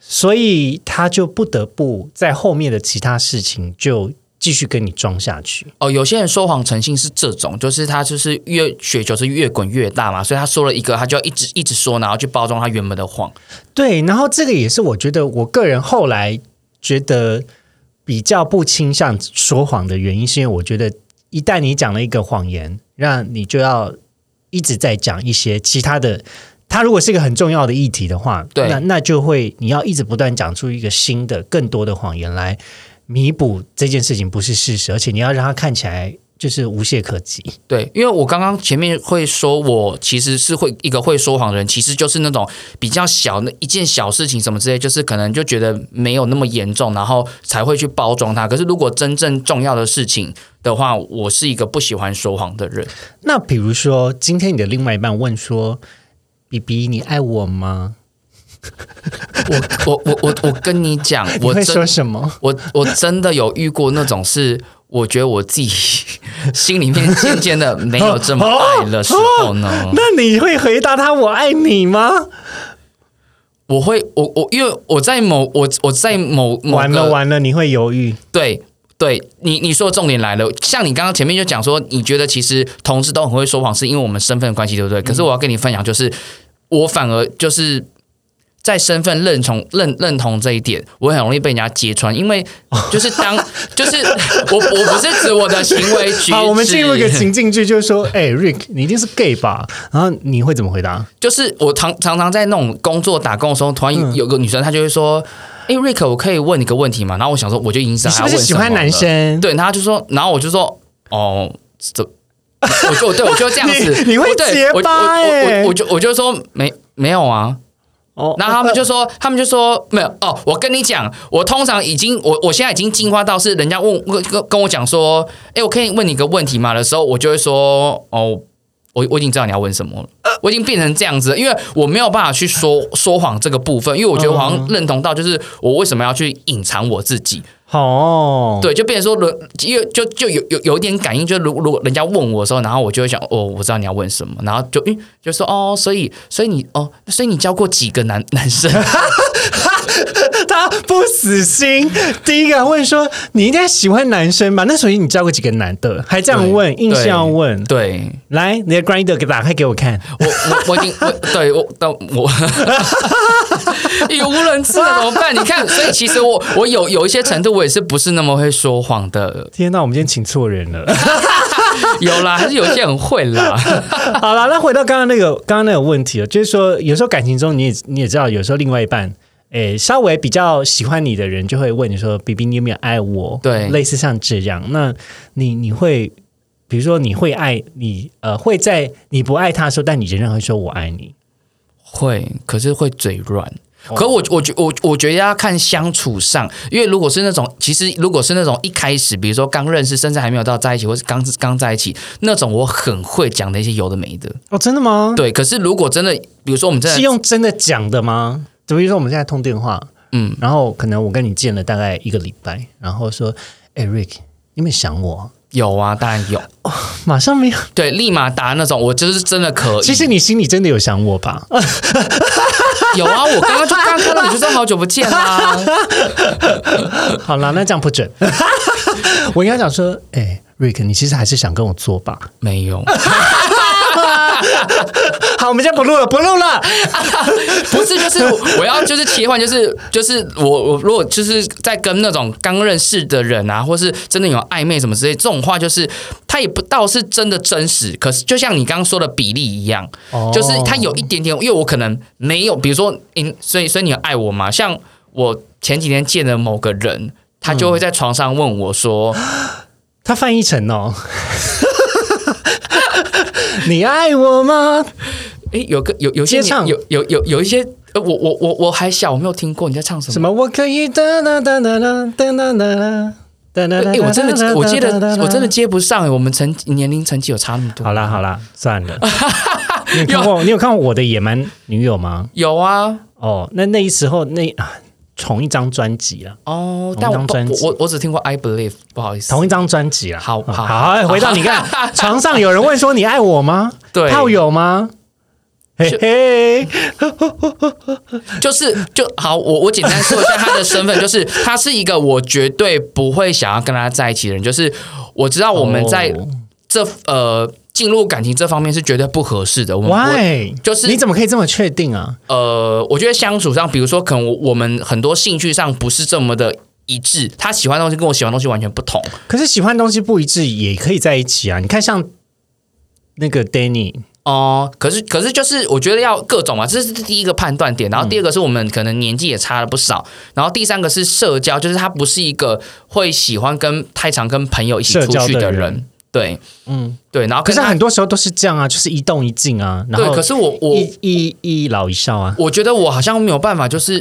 [SPEAKER 1] 所以他就不得不在后面的其他事情就继续跟你装下去。
[SPEAKER 2] 哦，有些人说谎成性是这种，就是他就是越雪球是越滚越大嘛，所以他说了一个，他就要一直一直说，然后去包装他原本的谎。
[SPEAKER 1] 对，然后这个也是我觉得我个人后来觉得比较不倾向说谎的原因，是因为我觉得一旦你讲了一个谎言，那你就要一直在讲一些其他的。它如果是一个很重要的议题的话，
[SPEAKER 2] 对
[SPEAKER 1] 那那就会你要一直不断讲出一个新的、更多的谎言来弥补这件事情不是事实，而且你要让它看起来就是无懈可击。
[SPEAKER 2] 对，因为我刚刚前面会说，我其实是会一个会说谎的人，其实就是那种比较小那一件小事情什么之类，就是可能就觉得没有那么严重，然后才会去包装它。可是如果真正重要的事情的话，我是一个不喜欢说谎的人。
[SPEAKER 1] 那比如说，今天你的另外一半问说：“比比，你爱我吗
[SPEAKER 2] 我我我我我跟你讲？”，
[SPEAKER 1] (laughs) 你
[SPEAKER 2] 我
[SPEAKER 1] 会
[SPEAKER 2] 真
[SPEAKER 1] 说什么？
[SPEAKER 2] 我我真的有遇过那种是，我觉得我自己 (laughs) 心里面渐渐的没有这么爱的时候呢，
[SPEAKER 1] 那你会回答他“我爱你”吗？
[SPEAKER 2] 我会我我因为我在某我我在某某
[SPEAKER 1] 完了
[SPEAKER 2] 个
[SPEAKER 1] 完了，你会犹豫。
[SPEAKER 2] 对。对你，你说的重点来了。像你刚刚前面就讲说，你觉得其实同事都很会说谎，是因为我们身份的关系，对不对？
[SPEAKER 1] 嗯
[SPEAKER 2] 可是我要跟你分享，就是我反而就是在身份认同认认同这一点，我很容易被人家揭穿，因为就是当就是我我不是指我的行为举止。
[SPEAKER 1] (laughs) 好，我们进入一个情境剧，就是说，哎、r i c k 你一定是 gay 吧？然后你会怎么回答？
[SPEAKER 2] 就是我常常常在那种工作打工的时候，突然
[SPEAKER 1] 嗯
[SPEAKER 2] 有有个女生，她就会说：“哎、瑞克，我可以问你个问题吗？”然后我想说，我就已经知
[SPEAKER 1] 你
[SPEAKER 2] 道
[SPEAKER 1] 是不
[SPEAKER 2] 她要
[SPEAKER 1] 是
[SPEAKER 2] 问
[SPEAKER 1] 喜
[SPEAKER 2] 什么
[SPEAKER 1] 欢男
[SPEAKER 2] 了？
[SPEAKER 1] 生？
[SPEAKER 2] 对，然后她就说，然后我就说：“哦，这。”我就对我就这样子，
[SPEAKER 1] (laughs) 你你会
[SPEAKER 2] 我对
[SPEAKER 1] 结
[SPEAKER 2] 我
[SPEAKER 1] 巴
[SPEAKER 2] 我我
[SPEAKER 1] 欸
[SPEAKER 2] 我我就我就说没没有啊，
[SPEAKER 1] 哦
[SPEAKER 2] 然后他们就说，他们就说没有哦。我跟你讲，我通常已经，我我现在已经进化到是人家问跟跟跟我讲说，哎，我可以问你一个问题吗？的时候，我就会说，哦，我我已经知道你要问什么了，我已经变成这样子了，因为我没有办法去说说谎这个部分，因为我觉得我
[SPEAKER 1] 嗯
[SPEAKER 2] 好像认同到，就是我为什么要去隐藏我自己？
[SPEAKER 1] 好、哦，
[SPEAKER 2] 对，就变成说轮，因为就就有有有一点感应，就如如果人家问我的时候，然后我就会想，哦，我知道你要问什么，然后就嗯，就说哦，所以所以你哦，所以你交过几个男男生？
[SPEAKER 1] 他不死心。第一个问说，你应该喜欢男生吧？那所以你交过几个男的？还这样问，
[SPEAKER 2] 对
[SPEAKER 1] 硬是要问。
[SPEAKER 2] 对
[SPEAKER 1] 来，你的 grinder 给打开给我看。
[SPEAKER 2] 我我我已经我对我但我语无伦次了怎么办？你看，所以其实我我有有一些程度，我也是不是那么会说谎的，
[SPEAKER 1] 天哪，我们今天请错人了。
[SPEAKER 2] 有啦，还是有一些很会啦。
[SPEAKER 1] (laughs) 好了，那回到刚刚那个刚刚那个问题了，啊就是说有时候感情中你也你也知道，有时候另外一半。诶，稍微比较喜欢你的人就会问你说：“B B，你有没有爱我？”
[SPEAKER 2] 对
[SPEAKER 1] 类似像这样，那你你会，比如说你会爱你，呃，会在你不爱他的时候，但你仍然会说“我爱你
[SPEAKER 2] 会，可是会嘴软。
[SPEAKER 1] 哦
[SPEAKER 2] 可我我觉我我觉得要看相处上，因为如果是那种，其实如果是那种一开始，比如说刚认识，甚至还没有到在一起，或是刚刚在一起那种，我很会讲的一些有的没的。”。
[SPEAKER 1] 哦，真的吗？
[SPEAKER 2] 对，可是如果真的，比如说我们真
[SPEAKER 1] 是
[SPEAKER 2] 的，
[SPEAKER 1] 用真的讲的吗？就比如说我们现在通电话，
[SPEAKER 2] 嗯，
[SPEAKER 1] 然后可能我跟你见了大概一个礼拜，然后说：“诶 r i c k 你有没有想我
[SPEAKER 2] 有啊，当然有。？”
[SPEAKER 1] 马上没有。
[SPEAKER 2] 对，立马答那种，我就是真的可以。
[SPEAKER 1] 其实你心里真的有想我吧？
[SPEAKER 2] 有啊，我刚刚就刚刚看到你，就说好久不
[SPEAKER 1] (laughs)
[SPEAKER 2] 见啦、
[SPEAKER 1] 好啦，那这样不准。 (laughs) 我应该讲说，哎、瑞 r i c k 你其实还是想跟我做吧？
[SPEAKER 2] 没有，
[SPEAKER 1] 好，我们现在不录了，不录了。
[SPEAKER 2] 不是，就是我要就是切换，就是就是我我如果就是在跟那种刚认识的人啊，或是真的有暧昧什么之类，这种话就是他也不到是真的真实，可是就像你刚刚说的比例一样，
[SPEAKER 1] 哦
[SPEAKER 2] 就是他有一点点，因为我可能没有，比如说，嗯，所以所以你有爱我吗？像我前几天见的某个人，他就会在床上问我说。
[SPEAKER 1] 他翻译成哦， (laughs) 你爱我吗？
[SPEAKER 2] 诶，有个有有些
[SPEAKER 1] 接唱
[SPEAKER 2] 有有有有一些，呃，我我我我还小，我没有听过你在唱什
[SPEAKER 1] 什
[SPEAKER 2] 么。
[SPEAKER 1] 么？我可以哒哒哒哒哒哒哒哒哒哒
[SPEAKER 2] 哎、
[SPEAKER 1] 哒。
[SPEAKER 2] 诶我真 (laughs) 的，我记得，我真的接不上、诶哎我们成年龄成绩有差那么多。
[SPEAKER 1] 好啦好啦，算 (laughs) 了。你有看过你有看过我的野蛮女友吗？
[SPEAKER 2] 有啊，
[SPEAKER 1] 哦，那那时候那啊，同一张专辑啦，
[SPEAKER 2] 哦，
[SPEAKER 1] 同
[SPEAKER 2] 但
[SPEAKER 1] 一
[SPEAKER 2] 我
[SPEAKER 1] 张
[SPEAKER 2] 不
[SPEAKER 1] 专辑
[SPEAKER 2] 我我我只听过 I Believe，不好意思。
[SPEAKER 1] 同一张专辑啦。哦哎
[SPEAKER 2] 好好 (laughs)
[SPEAKER 1] 好，回到你看，床上有人问说你爱我吗？
[SPEAKER 2] 对
[SPEAKER 1] 炮友吗？嘿嘿，
[SPEAKER 2] 就是就好，我我简单说一下他的身份， (laughs) 就是他是一个我绝对不会想要跟他在一起的人，就是我知道我们在
[SPEAKER 1] 哦
[SPEAKER 2] 这、呃进入感情这方面是绝对不合适的，我们不会
[SPEAKER 1] why
[SPEAKER 2] 就是
[SPEAKER 1] 你怎么可以这么确定啊？
[SPEAKER 2] 呃，我觉得相处上，比如说可能我我们很多兴趣上不是这么的一致，他喜欢的东西跟我喜欢的东西完全不同，
[SPEAKER 1] 可是喜欢东西不一致也可以在一起啊！你看像那个 Danny，
[SPEAKER 2] 哦、可是可是就是我觉得要各种嘛，这是第一个判断点。然后
[SPEAKER 1] 嗯
[SPEAKER 2] 第二个是我们可能年纪也差了不少，然后第三个是社交，就是他不是一个会喜欢跟太常跟朋友一起
[SPEAKER 1] 社
[SPEAKER 2] 出
[SPEAKER 1] 交
[SPEAKER 2] 去
[SPEAKER 1] 的
[SPEAKER 2] 的
[SPEAKER 1] 人
[SPEAKER 2] 人。对
[SPEAKER 1] 嗯，
[SPEAKER 2] 对，然后
[SPEAKER 1] 可
[SPEAKER 2] 跟
[SPEAKER 1] 是
[SPEAKER 2] 他
[SPEAKER 1] 很多时候都是这样啊，就是一动一静啊，然
[SPEAKER 2] 对，
[SPEAKER 1] 后
[SPEAKER 2] 可是我我
[SPEAKER 1] 一一一老一少啊，
[SPEAKER 2] 我觉得我好像没有办法，就是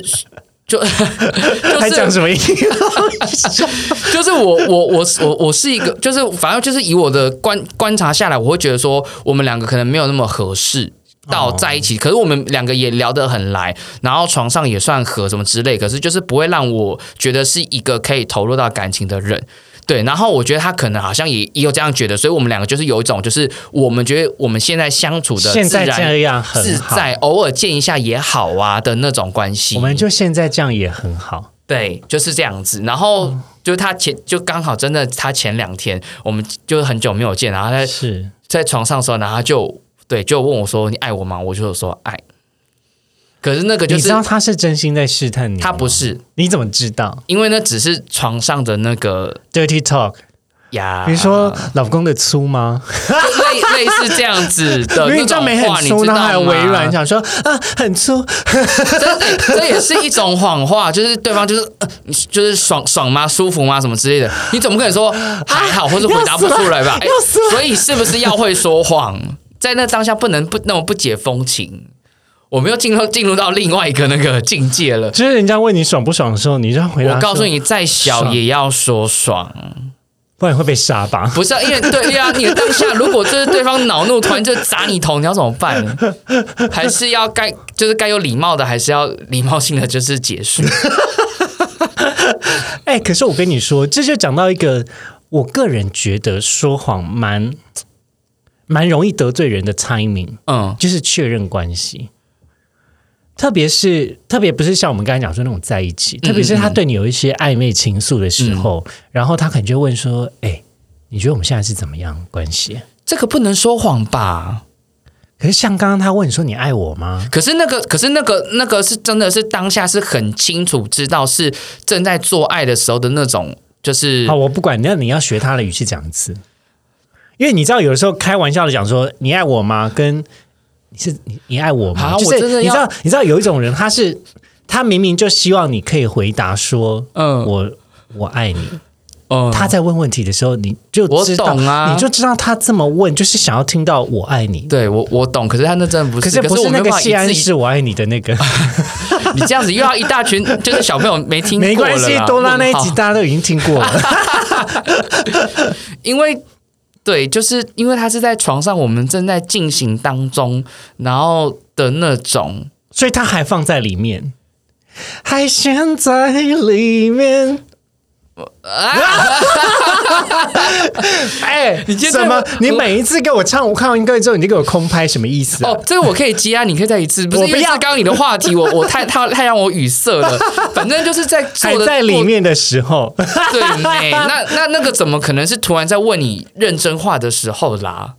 [SPEAKER 2] 就就
[SPEAKER 1] 还讲
[SPEAKER 2] 是
[SPEAKER 1] 什么意义？
[SPEAKER 2] 就是我我我我我是一个，就是反正就是以我的观观察下来，我会觉得说我们两个可能没有那么合适。到在一起，可是我们两个也聊得很来，然后床上也算合什么之类，可是就是不会让我觉得是一个可以投入到感情的人，对。然后我觉得他可能好像也也有这样觉得，所以我们两个就是有一种就是我们觉得我们现在相处的
[SPEAKER 1] 现在
[SPEAKER 2] 自然
[SPEAKER 1] 这样很
[SPEAKER 2] 自
[SPEAKER 1] 好，啊
[SPEAKER 2] 在，偶尔见一下也好啊的那种关系。
[SPEAKER 1] 我们就现在这样也很好。
[SPEAKER 2] 对，就是这样子。然后
[SPEAKER 1] 嗯
[SPEAKER 2] 就是他前就刚好真的，他前两天我们就很久没有见，然后他在
[SPEAKER 1] 是
[SPEAKER 2] 在床上的时候，然后他就对就问我说：“你爱我吗？”我就说爱。可是那个就
[SPEAKER 1] 你知
[SPEAKER 2] 是
[SPEAKER 1] 道他是真心在试探你，
[SPEAKER 2] 他不，是，
[SPEAKER 1] 你怎么知道
[SPEAKER 2] 因为那只是床上的那个
[SPEAKER 1] ？Dirty talk，
[SPEAKER 2] 呀，
[SPEAKER 1] 比如说老公的粗吗？
[SPEAKER 2] 就类类似这样子的
[SPEAKER 1] 因为
[SPEAKER 2] 那
[SPEAKER 1] 你这样
[SPEAKER 2] 种
[SPEAKER 1] 没
[SPEAKER 2] 话，
[SPEAKER 1] 很
[SPEAKER 2] 你
[SPEAKER 1] 粗，
[SPEAKER 2] 知
[SPEAKER 1] 然
[SPEAKER 2] 道
[SPEAKER 1] 后还
[SPEAKER 2] 吗？
[SPEAKER 1] 微软想说啊很粗，
[SPEAKER 2] 这 (laughs) 这也是一种谎话，就是对方就是、呃你就是爽爽吗、舒服吗什么之类的，你怎么可能说还好或者回答不出来吧？
[SPEAKER 1] (laughs)
[SPEAKER 2] 哎
[SPEAKER 1] 要死
[SPEAKER 2] 所以是不是要会说谎？在那当下不能不那么不解风情，我们又进入进入到另外一个那个境界了。
[SPEAKER 1] 就是人家问你爽不爽的时候，你就要回答。
[SPEAKER 2] 我告诉，你，再
[SPEAKER 1] 啊
[SPEAKER 2] 小也要说爽，
[SPEAKER 1] 不然会被杀吧？ (laughs)
[SPEAKER 2] 不是啊因为对呀、你当下如果就是对方恼怒，突然就砸你头，你要怎么
[SPEAKER 1] (laughs)
[SPEAKER 2] 办？还是要该就是该有礼貌的，还是要礼貌性的，就是结束。
[SPEAKER 1] 哎、可是我跟你说，这就讲到一个，我个人觉得说谎蛮蛮容易得罪人的 timing，
[SPEAKER 2] 嗯
[SPEAKER 1] 就是确认关系。特别是特别不是像我们刚才讲说那种在一
[SPEAKER 2] 嗯
[SPEAKER 1] 起，特别是他对你有一些暧昧情愫的时候，然后他可能就会问说：“哎、你觉得我们现在是怎么样关系
[SPEAKER 2] 这个不能说谎吧？？”
[SPEAKER 1] 可是像刚刚他问你说：“你爱我吗
[SPEAKER 2] 可是那个，可是那个，那个是真的是当下是很清楚知道是正在做爱的时候的那种，就是？”
[SPEAKER 1] 好，我不管，那你要学他的语气讲一次，因为你知道有的时候开玩笑的讲说“你爱我吗”跟“你是你你爱我吗”，
[SPEAKER 2] 啊
[SPEAKER 1] 就
[SPEAKER 2] 我真
[SPEAKER 1] 是
[SPEAKER 2] 的
[SPEAKER 1] 你知
[SPEAKER 2] 要
[SPEAKER 1] 道你知道有一种人他是他明明就希望你可以回答说“
[SPEAKER 2] 嗯
[SPEAKER 1] 我我爱你”，
[SPEAKER 2] 嗯
[SPEAKER 1] 呃他在问问题的时候，你就
[SPEAKER 2] 我
[SPEAKER 1] 知道，
[SPEAKER 2] 懂啊
[SPEAKER 1] 你就知道他这么问，就是想要听到“我爱你
[SPEAKER 2] 对我我懂，可是他那真的”，不
[SPEAKER 1] 可
[SPEAKER 2] 是，
[SPEAKER 1] 是不
[SPEAKER 2] 我
[SPEAKER 1] 是
[SPEAKER 2] 没
[SPEAKER 1] 那
[SPEAKER 2] 有
[SPEAKER 1] 个
[SPEAKER 2] 办法
[SPEAKER 1] 西
[SPEAKER 2] 一
[SPEAKER 1] 安
[SPEAKER 2] 次
[SPEAKER 1] 是我爱你的那个，
[SPEAKER 2] 你这样子又要一大群，
[SPEAKER 1] (laughs)
[SPEAKER 2] 就是小朋友没 (laughs) 听过
[SPEAKER 1] 没关系
[SPEAKER 2] 了，啦
[SPEAKER 1] 多拉那一
[SPEAKER 2] 问
[SPEAKER 1] 集
[SPEAKER 2] 号
[SPEAKER 1] 大家都已经听过了，
[SPEAKER 2] 因为对，就是因为他是在床上，我们正在进行当中，然后的那种，
[SPEAKER 1] 所以他还放在里面，还陷在里面。哎，你
[SPEAKER 2] 今天
[SPEAKER 1] 怎么
[SPEAKER 2] 在？
[SPEAKER 1] 你每一次给我唱《我看完一个之后，你就给我空拍，什么意思啊？
[SPEAKER 2] 哦，这个我可以接啊，你可以再一次，不是
[SPEAKER 1] 我
[SPEAKER 2] 因
[SPEAKER 1] 不
[SPEAKER 2] 为
[SPEAKER 1] 要
[SPEAKER 2] 是刚刚你的话题，我 (laughs) 我太太太让我语塞了。反正就是在
[SPEAKER 1] 还
[SPEAKER 2] 做的
[SPEAKER 1] 在里，面的时候，
[SPEAKER 2] 做对呢。那那那个怎么可能是突然在问你认真话的时候啦？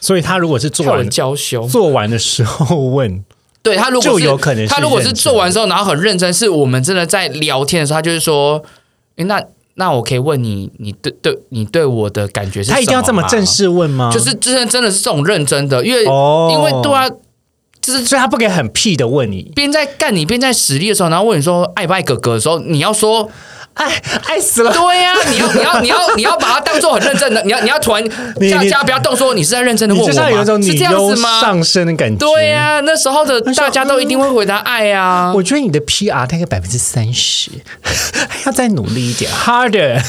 [SPEAKER 1] 所以他如果是做
[SPEAKER 2] 跳了
[SPEAKER 1] 完
[SPEAKER 2] 娇羞，
[SPEAKER 1] 做完的时候问，
[SPEAKER 2] 对他如果
[SPEAKER 1] 就是有可能是
[SPEAKER 2] 他如果
[SPEAKER 1] 认
[SPEAKER 2] 是
[SPEAKER 1] 真
[SPEAKER 2] 做完之后，然后很认真，是我们真的在聊天的时候，他就是说，诶那那我可以问你，你对对你对我的感觉是什么吗？
[SPEAKER 1] (laughs) 他一定要这么正式问吗？
[SPEAKER 2] 就是真的真的是这种认真的，因为、
[SPEAKER 1] 哦
[SPEAKER 2] 因为对啊，就是
[SPEAKER 1] 所以他不给很屁的问你，
[SPEAKER 2] 边在干你边在实力的时候，然后问你说爱不爱哥哥的时候，你要 (laughs) 说
[SPEAKER 1] 爱哎爱死了。
[SPEAKER 2] 对呀、你要你要你要你要把它当做很认真的，你要你要突然
[SPEAKER 1] 你
[SPEAKER 2] 大
[SPEAKER 1] 你
[SPEAKER 2] 家不要动说你是在认真的
[SPEAKER 1] 你
[SPEAKER 2] 问
[SPEAKER 1] 就
[SPEAKER 2] 我
[SPEAKER 1] 像有一
[SPEAKER 2] 吗？
[SPEAKER 1] 种
[SPEAKER 2] 是
[SPEAKER 1] 女
[SPEAKER 2] 这样
[SPEAKER 1] 优
[SPEAKER 2] 子吗？
[SPEAKER 1] 上身的感觉。
[SPEAKER 2] 对、啊呀、那时候的
[SPEAKER 1] 说
[SPEAKER 2] 大家都一定会回答爱呀、啊。
[SPEAKER 1] 我觉得你的 PR 大概百分之三十， (laughs) 还要再努力一点，harder。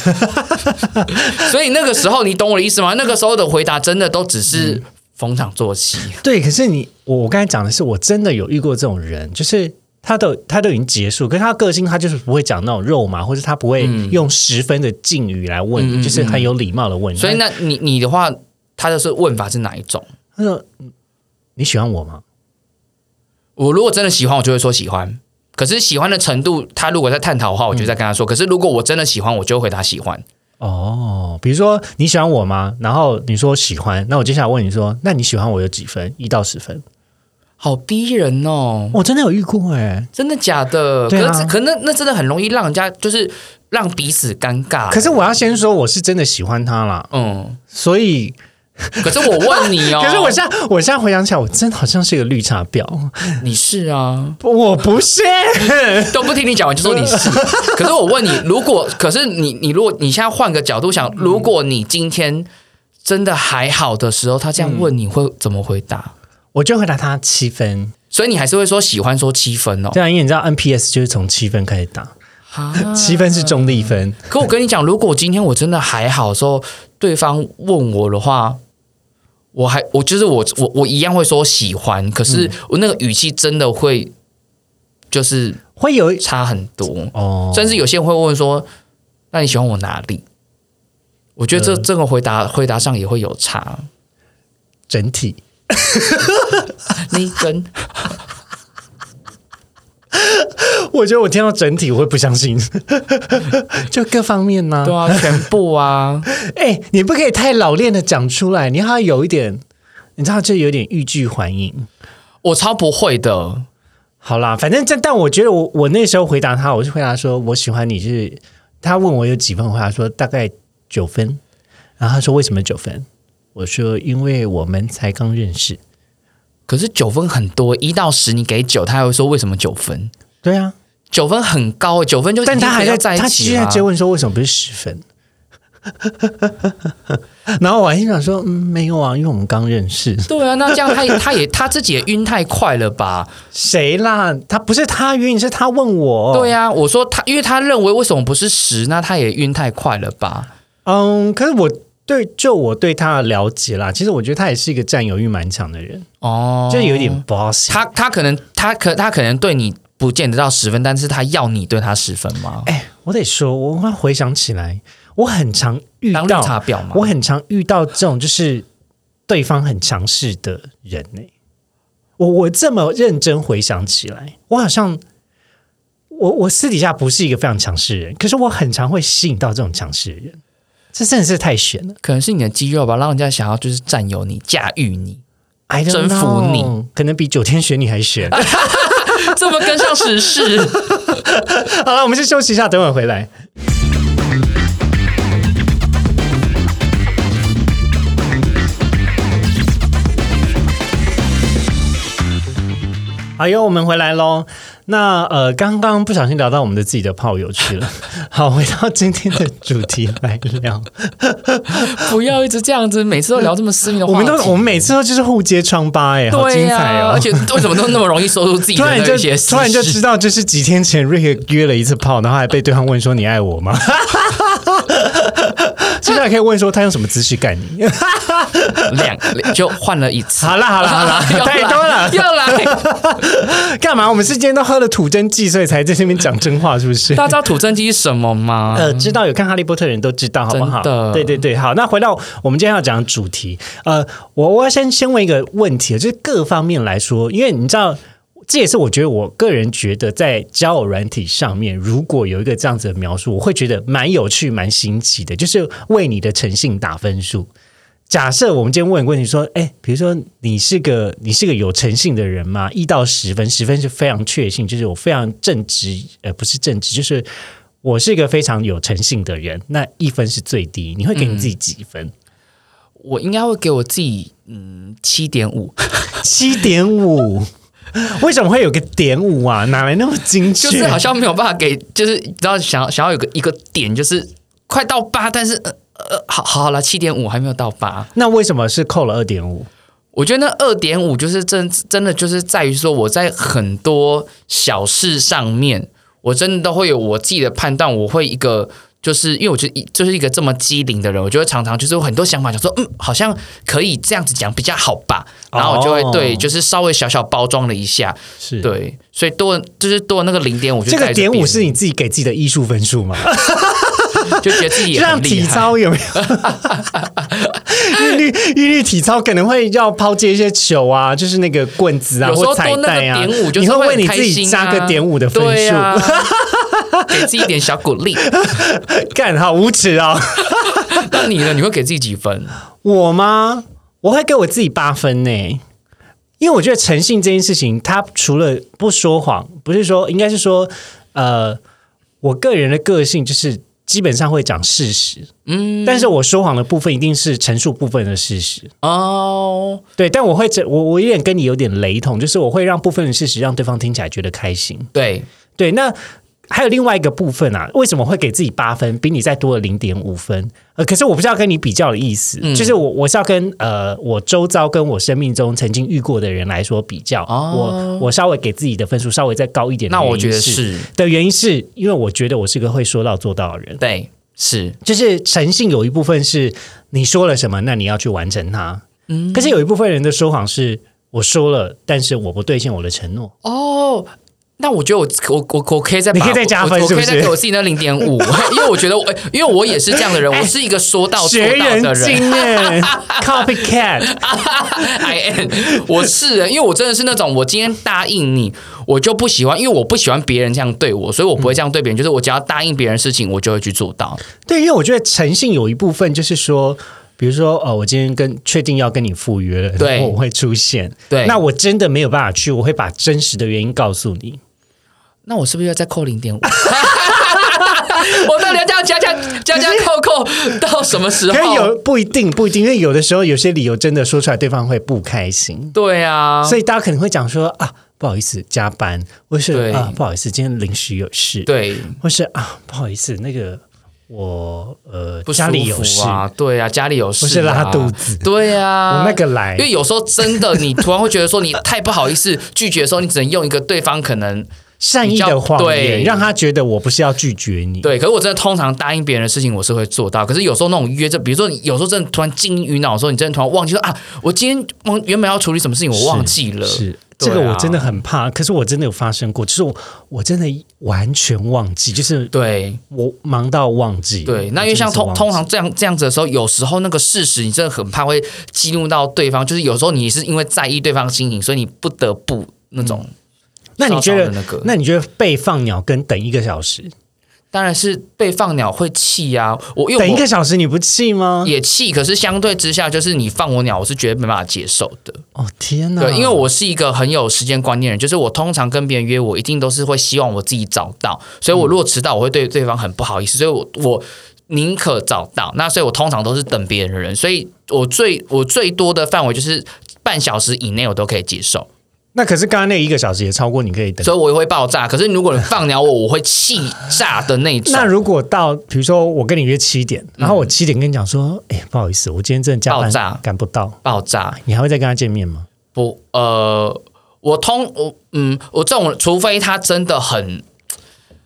[SPEAKER 2] 所以那个时候你懂我的意思吗？那个时候的回答真的都只是逢场作戏。
[SPEAKER 1] 对，可是你我我刚才讲的是，我真的有遇过这种人，就是。他都他都已经结束，可是他个性他就是不会讲那种肉麻，或者他不会用十分的敬语来问你，
[SPEAKER 2] 嗯嗯
[SPEAKER 1] 就是很有礼貌的问你。
[SPEAKER 2] 所以那你你的话，他的是问法是哪一种？
[SPEAKER 1] 他说：“你喜欢我吗？
[SPEAKER 2] 我如果真的喜欢，我就会说喜欢。可是喜欢的程度，他如果在探讨的话，我就在跟他说。可是如果我真的喜欢，我就会回答喜欢。
[SPEAKER 1] 哦，比如说你喜欢我吗？然后你说喜欢，那我接下来问你说，那你喜欢我有几分？一到十
[SPEAKER 2] 嗯
[SPEAKER 1] 分？
[SPEAKER 2] 好逼人哦，
[SPEAKER 1] 我、真的有遇过哎、
[SPEAKER 2] 真的假的？
[SPEAKER 1] 对啊
[SPEAKER 2] 可是可那那真的很容易让人家就是让彼此尴尬。
[SPEAKER 1] 可是我要先说我是真的喜欢他啦，
[SPEAKER 2] 嗯，
[SPEAKER 1] 所以
[SPEAKER 2] 可是我问你
[SPEAKER 1] (laughs)
[SPEAKER 2] 哦，
[SPEAKER 1] 可是我现在我现在回想起来，我真的好像是一个绿茶婊，
[SPEAKER 2] 你是啊，
[SPEAKER 1] 我不
[SPEAKER 2] (laughs)
[SPEAKER 1] 是。
[SPEAKER 2] 都不听你讲完就说
[SPEAKER 1] (laughs)
[SPEAKER 2] 你是。可是我问你，如果可是你你如果你现在换个角度
[SPEAKER 1] 嗯
[SPEAKER 2] 想，如果你今天真的还好的时候，他这样
[SPEAKER 1] 嗯
[SPEAKER 2] 问你会怎么回答？
[SPEAKER 1] 我就回答他七分，
[SPEAKER 2] 所以你还是会说喜欢说七分哦。
[SPEAKER 1] 对啊，因为你知道 NPS 就是从七分开始打，
[SPEAKER 2] 啊
[SPEAKER 1] 七分是中立分，
[SPEAKER 2] 可我跟你讲，如果今天我真的还好的时候，对方问我的话，我还我就是我我我一样会说喜欢，可
[SPEAKER 1] 嗯
[SPEAKER 2] 是我那个语气真的会就是
[SPEAKER 1] 会有
[SPEAKER 2] 差很多，
[SPEAKER 1] 哦，
[SPEAKER 2] 甚至有些人会问说：“那你喜欢我哪里？”我觉得
[SPEAKER 1] 嗯
[SPEAKER 2] 这、这个回答回答上也会有
[SPEAKER 1] (laughs)
[SPEAKER 2] 差。
[SPEAKER 1] 整体。
[SPEAKER 2] 你跟
[SPEAKER 1] 我觉得我听到整体我会不相信， (laughs) 就各方面呢、
[SPEAKER 2] 对啊，全部啊，
[SPEAKER 1] 哎、你不可以太老练的讲出来，你还要有一点，你知道，就有点欲拒还迎。
[SPEAKER 2] 我超不会的。
[SPEAKER 1] 好啦，反正但但我觉得我我那时候回答他，我是回答说我喜欢你是，他问我有几分，我回答说大概九分，然后他说为什么九分？我说因为我们才刚认识。
[SPEAKER 2] 可是九分很多，一到十你给九，他还会说为什么九分？
[SPEAKER 1] 对啊，
[SPEAKER 2] 九分很高，九分就
[SPEAKER 1] 但他还在，
[SPEAKER 2] 在
[SPEAKER 1] 他
[SPEAKER 2] 一
[SPEAKER 1] 居
[SPEAKER 2] 起
[SPEAKER 1] 然
[SPEAKER 2] 啊
[SPEAKER 1] 直接问说为什么不是十分？ (laughs) 然后我还心想说，嗯，没有啊，因为我们刚认识。
[SPEAKER 2] (laughs) 对啊，那这样他也他也他自己也晕太快了吧？
[SPEAKER 1] 谁啦？他不是他晕，是他问我。
[SPEAKER 2] 对啊，我说他，因为他认为为什么不是十，那他也晕太快了吧？
[SPEAKER 1] 嗯，可是我对就我对他的了解啦，其实我觉得他也是一个占有欲蛮强的人，
[SPEAKER 2] 哦，
[SPEAKER 1] 就有点 boss。
[SPEAKER 2] 他他可能他可他可能对你不见得到十分，但是他要你对他十分吗？
[SPEAKER 1] 哎、我得说，我忽然回想起来，我很常遇
[SPEAKER 2] 当绿
[SPEAKER 1] 到，
[SPEAKER 2] 茶婊吗？
[SPEAKER 1] 我很常遇到这种就是对方很强势的人呢、我我这么认真回想起来，我好像我我私底下不是一个非常强势的人，可是我很常会吸引到这种强势的人，这真的是太悬了。
[SPEAKER 2] 可能是你的肌肉吧，让人家想要就是占有你、驾驭你，
[SPEAKER 1] I don't
[SPEAKER 2] 征服
[SPEAKER 1] know，
[SPEAKER 2] 你
[SPEAKER 1] 可能比九天玄女还悬。
[SPEAKER 2] 这么跟上时事。
[SPEAKER 1] (laughs) 好了，我们先休息一下，等会儿回来。哎呦，我们回来喽。那呃，刚刚不小心聊到我们的自己的炮友去了。 (laughs) 好，回到今天的主题来聊。
[SPEAKER 2] 不要一直这样子，每次都 (laughs) 聊这么私密的话
[SPEAKER 1] 我
[SPEAKER 2] 题。
[SPEAKER 1] 们都我们每次都就是互揭疮疤、哎，好
[SPEAKER 2] 对啊
[SPEAKER 1] 精
[SPEAKER 2] 呀、
[SPEAKER 1] 彩哦！
[SPEAKER 2] 而且为什么都那么容易说出自己
[SPEAKER 1] 突
[SPEAKER 2] 的
[SPEAKER 1] 然
[SPEAKER 2] 那
[SPEAKER 1] 就
[SPEAKER 2] 一些私事？
[SPEAKER 1] 突然就知道，就是几天前瑞克约了一次炮，然后还被对方问说你爱我吗？ (laughs) 接下来可以问说他用什么姿势干你？ (laughs)
[SPEAKER 2] 两就换了一次。
[SPEAKER 1] 好啦好啦好
[SPEAKER 2] (laughs) 又
[SPEAKER 1] 啦，
[SPEAKER 2] 来
[SPEAKER 1] 太多了，
[SPEAKER 2] 又来。
[SPEAKER 1] 干嘛？我们是今天都喝了吐真剂，所以才在这边讲真话，是不
[SPEAKER 2] (laughs)
[SPEAKER 1] 是？
[SPEAKER 2] 大家知道吐真机是什么吗？
[SPEAKER 1] 呃，知道有看《哈利波特》的人都知道，好不好
[SPEAKER 2] 嗯真的？
[SPEAKER 1] 对对对，好。那回到我们今天要讲的主题，呃，我我要先先问一个问题，就是各方面来说，因为你知道，这也是我觉得我个人觉得在交友软体上面，如果有一个这样子的描述，我会觉得蛮有趣、蛮新奇的，就是为你的诚信打分数。假设我们今天问一个问题说，哎，比如说你是个你是个有诚信的人吗？一到十分，十分是非常确信，就是我非常正直，呃，不是正直，就是我是一个非常有诚信的人。那一分是最低，你会给你自己几分？
[SPEAKER 2] 我应该会给我自己嗯七点五，
[SPEAKER 1] 七点五。 (laughs) 为什么会有个点五啊？哪来那么精确？
[SPEAKER 2] 就是好像没有办法给，就是你知道想要想要有个一个点，就是快到八，但是呃呃，好好了，七点五还没有到八。
[SPEAKER 1] 那为什么是扣了二点五？
[SPEAKER 2] 我觉得那二点五就是真真的就是在于说我在很多小事上面，我真的都会有我自己的判断，我会一个。就是因为我觉得就是一个这么机灵的人，我就会常常就是有很多想法，想说嗯，好像可以这样子讲比较好吧，然后我就会、
[SPEAKER 1] 哦
[SPEAKER 2] 对，就是稍微小小包装了一下，
[SPEAKER 1] 是，
[SPEAKER 2] 对，所以多就是多那个零点
[SPEAKER 1] (laughs)
[SPEAKER 2] 五，
[SPEAKER 1] 这个点五是你自己给自己的艺术分数吗？
[SPEAKER 2] 就觉得自己
[SPEAKER 1] 就
[SPEAKER 2] 也
[SPEAKER 1] 像
[SPEAKER 2] 很厉
[SPEAKER 1] 体
[SPEAKER 2] 害。
[SPEAKER 1] 操有没 (laughs) 有？韵律韵律体操可能会要抛接一些球啊，就是那个棍子啊
[SPEAKER 2] 有时
[SPEAKER 1] 或
[SPEAKER 2] 候
[SPEAKER 1] 彩
[SPEAKER 2] 多那个
[SPEAKER 1] 带啊，
[SPEAKER 2] 点五，就
[SPEAKER 1] 你
[SPEAKER 2] 是
[SPEAKER 1] 会为
[SPEAKER 2] 很
[SPEAKER 1] 你
[SPEAKER 2] 开
[SPEAKER 1] 自己
[SPEAKER 2] 心
[SPEAKER 1] 加个
[SPEAKER 2] 啊
[SPEAKER 1] 点五的分
[SPEAKER 2] 对
[SPEAKER 1] 数， (laughs)
[SPEAKER 2] 啊给自己一点小鼓励。
[SPEAKER 1] 干好无耻啊、哦！
[SPEAKER 2] 那你呢？你会给自己几分？
[SPEAKER 1] 我吗？我会给我自己八分呢、因为我觉得诚信这件事情，它除了不说谎，不是说应该是说，呃，我个人的个性就是基本上会讲事实，嗯，但是我说谎的部分一定是陈述部分的事实，
[SPEAKER 2] 哦，
[SPEAKER 1] 对，但我会这我我有点跟你有点雷同，就是我会让部分的事实让对方听起来觉得开心，
[SPEAKER 2] 对，
[SPEAKER 1] 对，那还有另外一个部分啊，为什么会给自己八分，比你再多了零点五分？呃，可是我不是要跟你比较的意思，
[SPEAKER 2] 嗯
[SPEAKER 1] 就是我我是要跟呃我周遭跟我生命中曾经遇过的人来说比较，
[SPEAKER 2] 哦
[SPEAKER 1] 我我稍微给自己的分数稍微再高一点的
[SPEAKER 2] 那
[SPEAKER 1] 原因。
[SPEAKER 2] 我觉得是
[SPEAKER 1] 的原因是因为我觉得我是个会说到做到的人，
[SPEAKER 2] 对，是
[SPEAKER 1] 就是诚信有一部分是你说了什么，那你要去完成它。嗯，可是有一部分人的说谎是我说了，但是我不兑现我的承诺。
[SPEAKER 2] 哦。那我觉得我我我我可以再把
[SPEAKER 1] 你可以再加分
[SPEAKER 2] 我
[SPEAKER 1] 是不
[SPEAKER 2] 我
[SPEAKER 1] 是
[SPEAKER 2] 可以再给我自己那零
[SPEAKER 1] (laughs)
[SPEAKER 2] 点五，因为我觉得我因为我也是这样的人，我是一个说到哦做
[SPEAKER 1] 学
[SPEAKER 2] 到的
[SPEAKER 1] 哎人
[SPEAKER 2] 人。
[SPEAKER 1] 精哎，copycat。
[SPEAKER 2] (laughs) I am，我是人，因为我真的是那种，我今天答应你，我就不喜欢，因为我不喜欢别人这样对我，所以我不会这样对别人。就是我只要答应别人事情，我就会去做到。
[SPEAKER 1] 对，因为我觉得诚信有一部分就是说，比如说，呃，我今天跟确定要跟你赴约了，
[SPEAKER 2] 对
[SPEAKER 1] 然后我会出现，
[SPEAKER 2] 对
[SPEAKER 1] 那我真的没有办法去，我会把真实的原因告诉你。
[SPEAKER 2] 那 (laughs) 我是不是要再扣零点五？我到底要这样加加加加扣扣到什么时
[SPEAKER 1] 可是
[SPEAKER 2] 候？
[SPEAKER 1] 有不一定不一定，因为有的时候有些理由真的说出来，对方会不开心，
[SPEAKER 2] 对啊，
[SPEAKER 1] 所以大家可能会讲说啊，不好意思加班，或是
[SPEAKER 2] 对
[SPEAKER 1] 啊不好意思今天临时有事，，
[SPEAKER 2] 对，
[SPEAKER 1] 或是啊不好意思那个我呃
[SPEAKER 2] 不舒
[SPEAKER 1] 家里有事
[SPEAKER 2] 服，啊，对啊，家里有事、啊，
[SPEAKER 1] 或是拉肚子
[SPEAKER 2] 对啊，
[SPEAKER 1] 我那个来
[SPEAKER 2] 因为有时候真的，你突然会觉得说你太不好意思拒绝的时候，你只能用一个对方可能
[SPEAKER 1] 善意
[SPEAKER 2] 比
[SPEAKER 1] 的
[SPEAKER 2] 较
[SPEAKER 1] 谎言，
[SPEAKER 2] 对
[SPEAKER 1] 让他觉得我不是要拒绝你，
[SPEAKER 2] 对。可是我真的通常答应别人的事情，我是会做到。可是有时候那种约着，比如说你有时候真的突然惊晕于脑的时候，你真的突然忘记说啊，我今天忘原本要处理什么事情，我忘记了。
[SPEAKER 1] 是
[SPEAKER 2] 对
[SPEAKER 1] 这
[SPEAKER 2] 啊
[SPEAKER 1] 个我真的很怕，可是我真的有发生过，就是我我真的完全忘记，就是
[SPEAKER 2] 对
[SPEAKER 1] 我忙到忘记。
[SPEAKER 2] 对，那因为像通通常这样这样子的时候，有时候那个事实你真的很怕会激怒到对方，就是有时候你是因为在意对方的心情，所以你不得不那种。
[SPEAKER 1] 嗯那你觉得
[SPEAKER 2] 稍稍的那个
[SPEAKER 1] 那你觉得被放鸟跟等一个小时，
[SPEAKER 2] 当然是被放鸟会气呀、我因
[SPEAKER 1] 等
[SPEAKER 2] 为
[SPEAKER 1] 一个
[SPEAKER 2] 我
[SPEAKER 1] 小时你不气吗？
[SPEAKER 2] 也气，可是相对之下，就是你放我鸟，我是绝对没办法接受的。
[SPEAKER 1] 哦天哪！
[SPEAKER 2] 对，因为我是一个很有时间观念的人，就是我通常跟别人约，我一定都是会希望我自己早到，所以我如果迟到，我会对对方很不好意思，所以我我宁可早到，那所以我通常都是等别人的人，所以我最我最多的范围就是半小时以内，我都可以接受，
[SPEAKER 1] 那可是刚刚那一个小时也超过你可以等。
[SPEAKER 2] 所以我也会爆炸。可是如果你放鸟我，我会气炸的那种
[SPEAKER 1] 那。如果到比如说我跟你约七点，然后我七点跟你讲说，哎、不好意思，我今天真的加
[SPEAKER 2] 爆
[SPEAKER 1] 班
[SPEAKER 2] 炸
[SPEAKER 1] 赶不到，
[SPEAKER 2] 爆炸
[SPEAKER 1] 你还会再跟他见面吗？
[SPEAKER 2] 不，呃，我通我嗯，我这种除非他真的很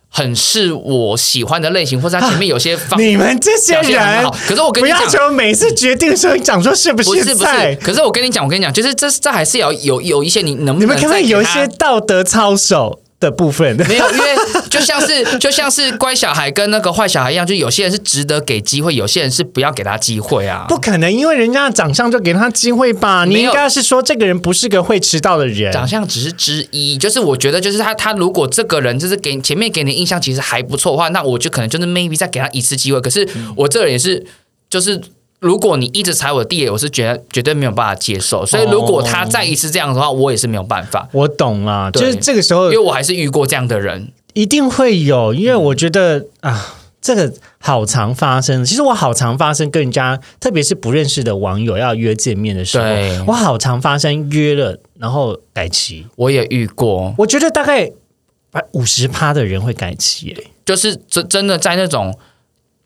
[SPEAKER 2] 很是我喜欢的类型，或者他前面有些方、
[SPEAKER 1] 你们这些
[SPEAKER 2] 表现很
[SPEAKER 1] 人
[SPEAKER 2] 好，可是我跟
[SPEAKER 1] 不
[SPEAKER 2] 你
[SPEAKER 1] 要
[SPEAKER 2] 讲。
[SPEAKER 1] 求每次决定的时候讲说是不
[SPEAKER 2] 不是不
[SPEAKER 1] 在
[SPEAKER 2] 是，，可是我跟你讲，我跟你讲，就是这这还是要有有一些你能
[SPEAKER 1] 你
[SPEAKER 2] 不
[SPEAKER 1] 们
[SPEAKER 2] 能
[SPEAKER 1] 可不可
[SPEAKER 2] 再
[SPEAKER 1] 以
[SPEAKER 2] 给
[SPEAKER 1] 有一
[SPEAKER 2] 他
[SPEAKER 1] 些道德操守的部分？
[SPEAKER 2] 没有，因为就像是就像是乖小孩跟那个坏小孩一样，就有些人是值得给机会，有些人是不要给他机会啊。
[SPEAKER 1] 不可能，因为人家的长相就给他机会吧？你
[SPEAKER 2] 没有
[SPEAKER 1] 应该是说这个人不是个会迟到的
[SPEAKER 2] 长
[SPEAKER 1] 人。
[SPEAKER 2] 相只是之一，就是我觉得，就是他他如果这个人就是给前面给你的印象其实还不错的话，那我就可能就是 maybe 再给他一次机会。可是我这个人也是，就是如果你一直踩我的地雷，我是绝绝对没有办法接受。所以如果他再一次这样的话，我也是没有办法，
[SPEAKER 1] 我懂啦，就
[SPEAKER 2] 对
[SPEAKER 1] 是这个时候
[SPEAKER 2] 因为我还是遇过这样的人。
[SPEAKER 1] 一定会有，因
[SPEAKER 2] 嗯
[SPEAKER 1] 为我觉得啊，这个好常发生。其实我好常发生跟人家，特别是不认识的网友要约见面的时候
[SPEAKER 2] 对，
[SPEAKER 1] 我好常发生约了然后改期。
[SPEAKER 2] 我也遇过，
[SPEAKER 1] 我觉得大概五十趴的人会改期、欸，
[SPEAKER 2] 就是真真的在那种，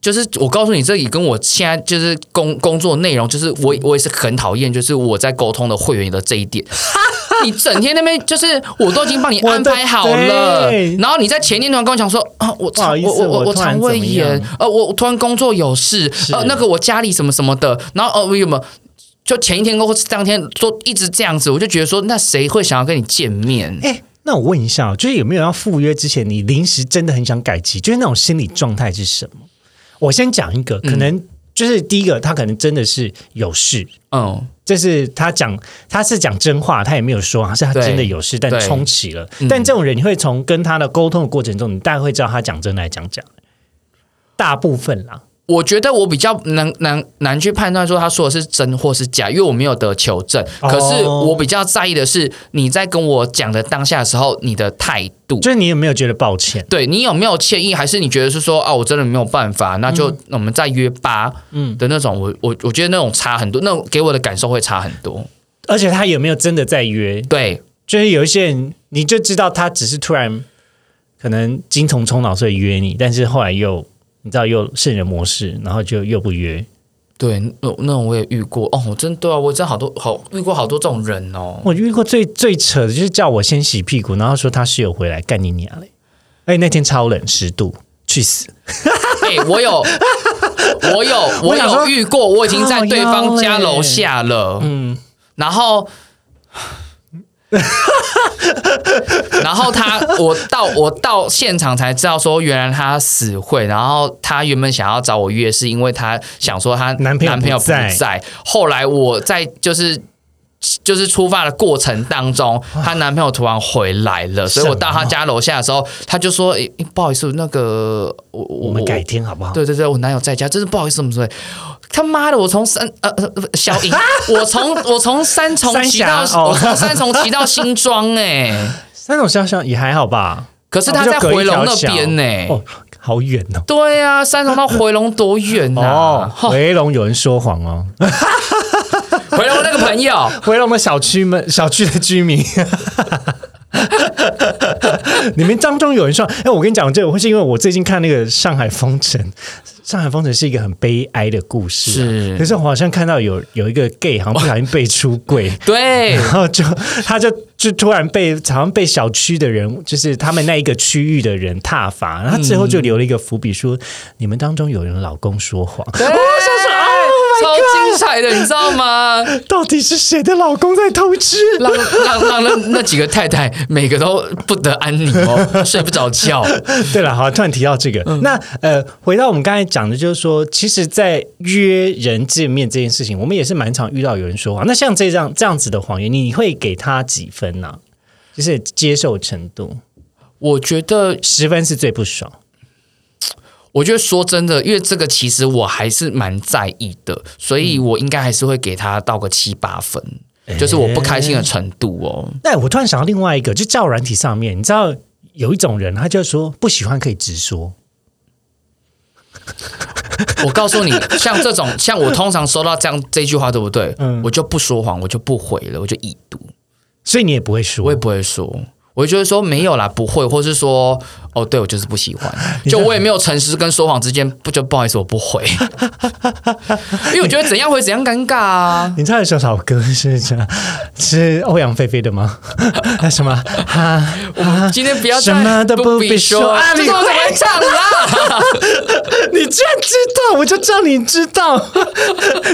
[SPEAKER 2] 就是我告诉你，这里跟我现在就是工工作内容，就是我我也是很讨厌，就是我在沟通的会员的这
[SPEAKER 1] (laughs)
[SPEAKER 2] 一点。你整天那边就是我都已经帮你
[SPEAKER 1] 我的
[SPEAKER 2] 安排好了
[SPEAKER 1] 对，
[SPEAKER 2] 然后你在前一天突然跟我讲说啊，我
[SPEAKER 1] 不好
[SPEAKER 2] 肠
[SPEAKER 1] 意思
[SPEAKER 2] 我我
[SPEAKER 1] 我
[SPEAKER 2] 我
[SPEAKER 1] 突然
[SPEAKER 2] 肠胃
[SPEAKER 1] 怎么样
[SPEAKER 2] 炎，呃，我我突然工作有事，呃，那个我家里什么什么的，然后呃，有没有？就前一天或是当天说一直这样子，我就觉得说，那谁会想要跟你见面？
[SPEAKER 1] 哎、那我问一下哦，就是有没有要赴约之前，你临时真的很想改期，就是那种心理状态是什么？我先讲一个，可能就是第一个，他可能真的是有事，
[SPEAKER 2] 嗯，
[SPEAKER 1] 这是他讲，他是讲真话，他也没有说啊，是他
[SPEAKER 2] 对
[SPEAKER 1] 真的有事，但
[SPEAKER 2] 对
[SPEAKER 1] 充气了。
[SPEAKER 2] 嗯
[SPEAKER 1] 但这种人，你会从跟他的沟通的过程中，你大概会知道他讲真的还是讲假的，大部分啦。
[SPEAKER 2] 我觉得我比较难难难去判断说他说的是真或是假，因为我没有得求证。
[SPEAKER 1] 哦
[SPEAKER 2] 可是我比较在意的是你在跟我讲的当下的时候，你的态度。
[SPEAKER 1] 就是你有没有觉得抱歉？
[SPEAKER 2] 对你有没有歉意，还是你觉得是说啊，我真的没有办法，那就那我们再约吧，嗯的那种，我我我觉得那种差很多，那种给我的感受会差很多。
[SPEAKER 1] 而且他有没有真的在约？
[SPEAKER 2] 对，
[SPEAKER 1] 就是有一些人，你就知道他只是突然可能精虫充脑，所以约你，但是后来又你知道又圣人模式，然后就又不约。
[SPEAKER 2] 对，那那种我也遇过哦，我真对啊，我真好多好遇过好多这种人哦。
[SPEAKER 1] 我遇过最最扯的就是叫我先洗屁股，然后说他室友回来干你娘嘞！而且那天超冷，十度，去死！
[SPEAKER 2] (laughs) 哎、我有，我有，我
[SPEAKER 1] 想
[SPEAKER 2] 有
[SPEAKER 1] 说
[SPEAKER 2] 遇过，我已经在对
[SPEAKER 1] 靠
[SPEAKER 2] 方
[SPEAKER 1] 腰
[SPEAKER 2] 家
[SPEAKER 1] 欸
[SPEAKER 2] 楼下了，嗯，
[SPEAKER 1] (laughs)
[SPEAKER 2] 然后。然后他，我到我到现场才知道，说原来他死会。然后他原本想要找我约，是因为他想说他
[SPEAKER 1] 男朋友不
[SPEAKER 2] 不在。
[SPEAKER 1] 在
[SPEAKER 2] 后来我在就是就是出发的过程当中，她男朋友突然回来了，所以我到她家楼下的时候，他就说：“诶、诶不好意思，那个我我
[SPEAKER 1] 我们改天好不好？
[SPEAKER 2] 对对对，我男友在家，真是不好意思，什么什么。他妈的，我从三呃呃不小
[SPEAKER 1] (laughs)
[SPEAKER 2] 营，我从我从三重
[SPEAKER 1] 三
[SPEAKER 2] 骑到
[SPEAKER 1] 峡哦
[SPEAKER 2] 我从三重骑到新庄哎、
[SPEAKER 1] 三种想想也还好吧。
[SPEAKER 2] 可是他在回龙那边呢、
[SPEAKER 1] 哦，好远哦。
[SPEAKER 2] 对啊，三重到回龙多远呐、
[SPEAKER 1] 哦
[SPEAKER 2] 啊？，
[SPEAKER 1] 回龙有人说谎哦，
[SPEAKER 2] 回龙那个
[SPEAKER 1] (laughs)
[SPEAKER 2] 朋友，
[SPEAKER 1] 回龙的小区们 (laughs) 小区的居民，你们当中有人说，哎，我跟你讲，这个是因为我最近看那个《上海封城》，《上海封城》是一个很悲哀的故事啊、
[SPEAKER 2] 是
[SPEAKER 1] 可是我好像看到有有一个 gay 好像不小心被出柜，
[SPEAKER 2] 对
[SPEAKER 1] (laughs) 然后就他就就突然被好像被小区的人，就是他们那一个区域的人踏伐，然后他最后就留了一个伏笔说，你们当中有人老公说谎， (laughs)
[SPEAKER 2] 对，
[SPEAKER 1] Oh
[SPEAKER 2] 哎超精彩的，你知道吗？
[SPEAKER 1] 到底是谁的老公在偷吃？
[SPEAKER 2] 让让让那那几个太太每个都不得安宁哦，睡不着觉。
[SPEAKER 1] (laughs) 对了，好，突然提到这个，
[SPEAKER 2] 嗯
[SPEAKER 1] 那呃，回到我们刚才讲的，就是说，其实，在约人见面这件事情，我们也是蛮常遇到有人说谎。那像这样这样子的谎言，你会给他几分呢、就是接受程度，
[SPEAKER 2] 我觉得
[SPEAKER 1] 十分是最不爽。
[SPEAKER 2] 我觉得说真的，因为这个其实我还是蛮在意的，所以我应该还是会给他到个七八分，
[SPEAKER 1] 嗯
[SPEAKER 2] 就是我不开心的程度哦。
[SPEAKER 1] 但我突然想到另外一个，就教软体上面，你知道有一种人，他就说不喜欢可以直说，哎
[SPEAKER 2] 我告诉你，像这
[SPEAKER 1] (laughs)
[SPEAKER 2] 种，像我通常收到这样这句话，对不对？
[SPEAKER 1] 嗯
[SPEAKER 2] 我就不说谎，我就不回了，我就已读，
[SPEAKER 1] 所以你也不会
[SPEAKER 2] 我也
[SPEAKER 1] 说。
[SPEAKER 2] 不会说。我就会说没有啦，不会，或是说哦，对我就是不喜
[SPEAKER 1] (laughs)
[SPEAKER 2] 欢，就我也没有诚实跟说谎之间，不就不好意思，我不回，因为我觉得怎样回怎样尴尬啊。
[SPEAKER 1] 你知道有首首歌是这样，是欧阳菲菲的吗？ (laughs) 那什么哈？
[SPEAKER 2] 我们今天不要再
[SPEAKER 1] 什么都不必说啊
[SPEAKER 2] 这啊
[SPEAKER 1] 你
[SPEAKER 2] 是我怎么
[SPEAKER 1] 会
[SPEAKER 2] 唱啦？
[SPEAKER 1] 你居然知道，我就知道你知道， (laughs)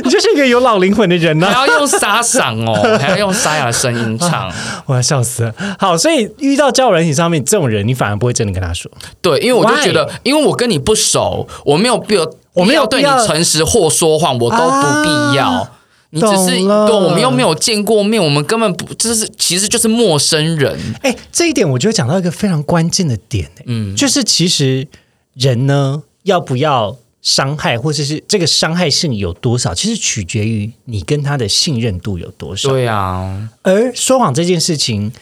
[SPEAKER 1] 你就是一个有老灵魂的人呐、
[SPEAKER 2] (laughs) 还要用沙嗓
[SPEAKER 1] (laughs)
[SPEAKER 2] 哦，还要用沙哑的声音唱。
[SPEAKER 1] 我要笑死了。好，所以遇到交友软体上面这种人，你反而不会真的跟他说。
[SPEAKER 2] 对，因为我就觉得，因为我跟你不熟，我没有必要，
[SPEAKER 1] 我没有
[SPEAKER 2] 要对
[SPEAKER 1] 必
[SPEAKER 2] 你
[SPEAKER 1] 要
[SPEAKER 2] 诚实或说谎，我都不必要。
[SPEAKER 1] 啊
[SPEAKER 2] 你只是
[SPEAKER 1] 懂了
[SPEAKER 2] 对我们又没有见过面，我们根本不，这是其实就是陌生人。
[SPEAKER 1] 哎，这一点我觉得讲到一个非常关键的点、嗯，就是其实人呢，要不要伤害，或者是这个伤害是你有多少，其实取决于你跟他的信任度有多少。
[SPEAKER 2] 对啊，
[SPEAKER 1] 而说谎这件事情，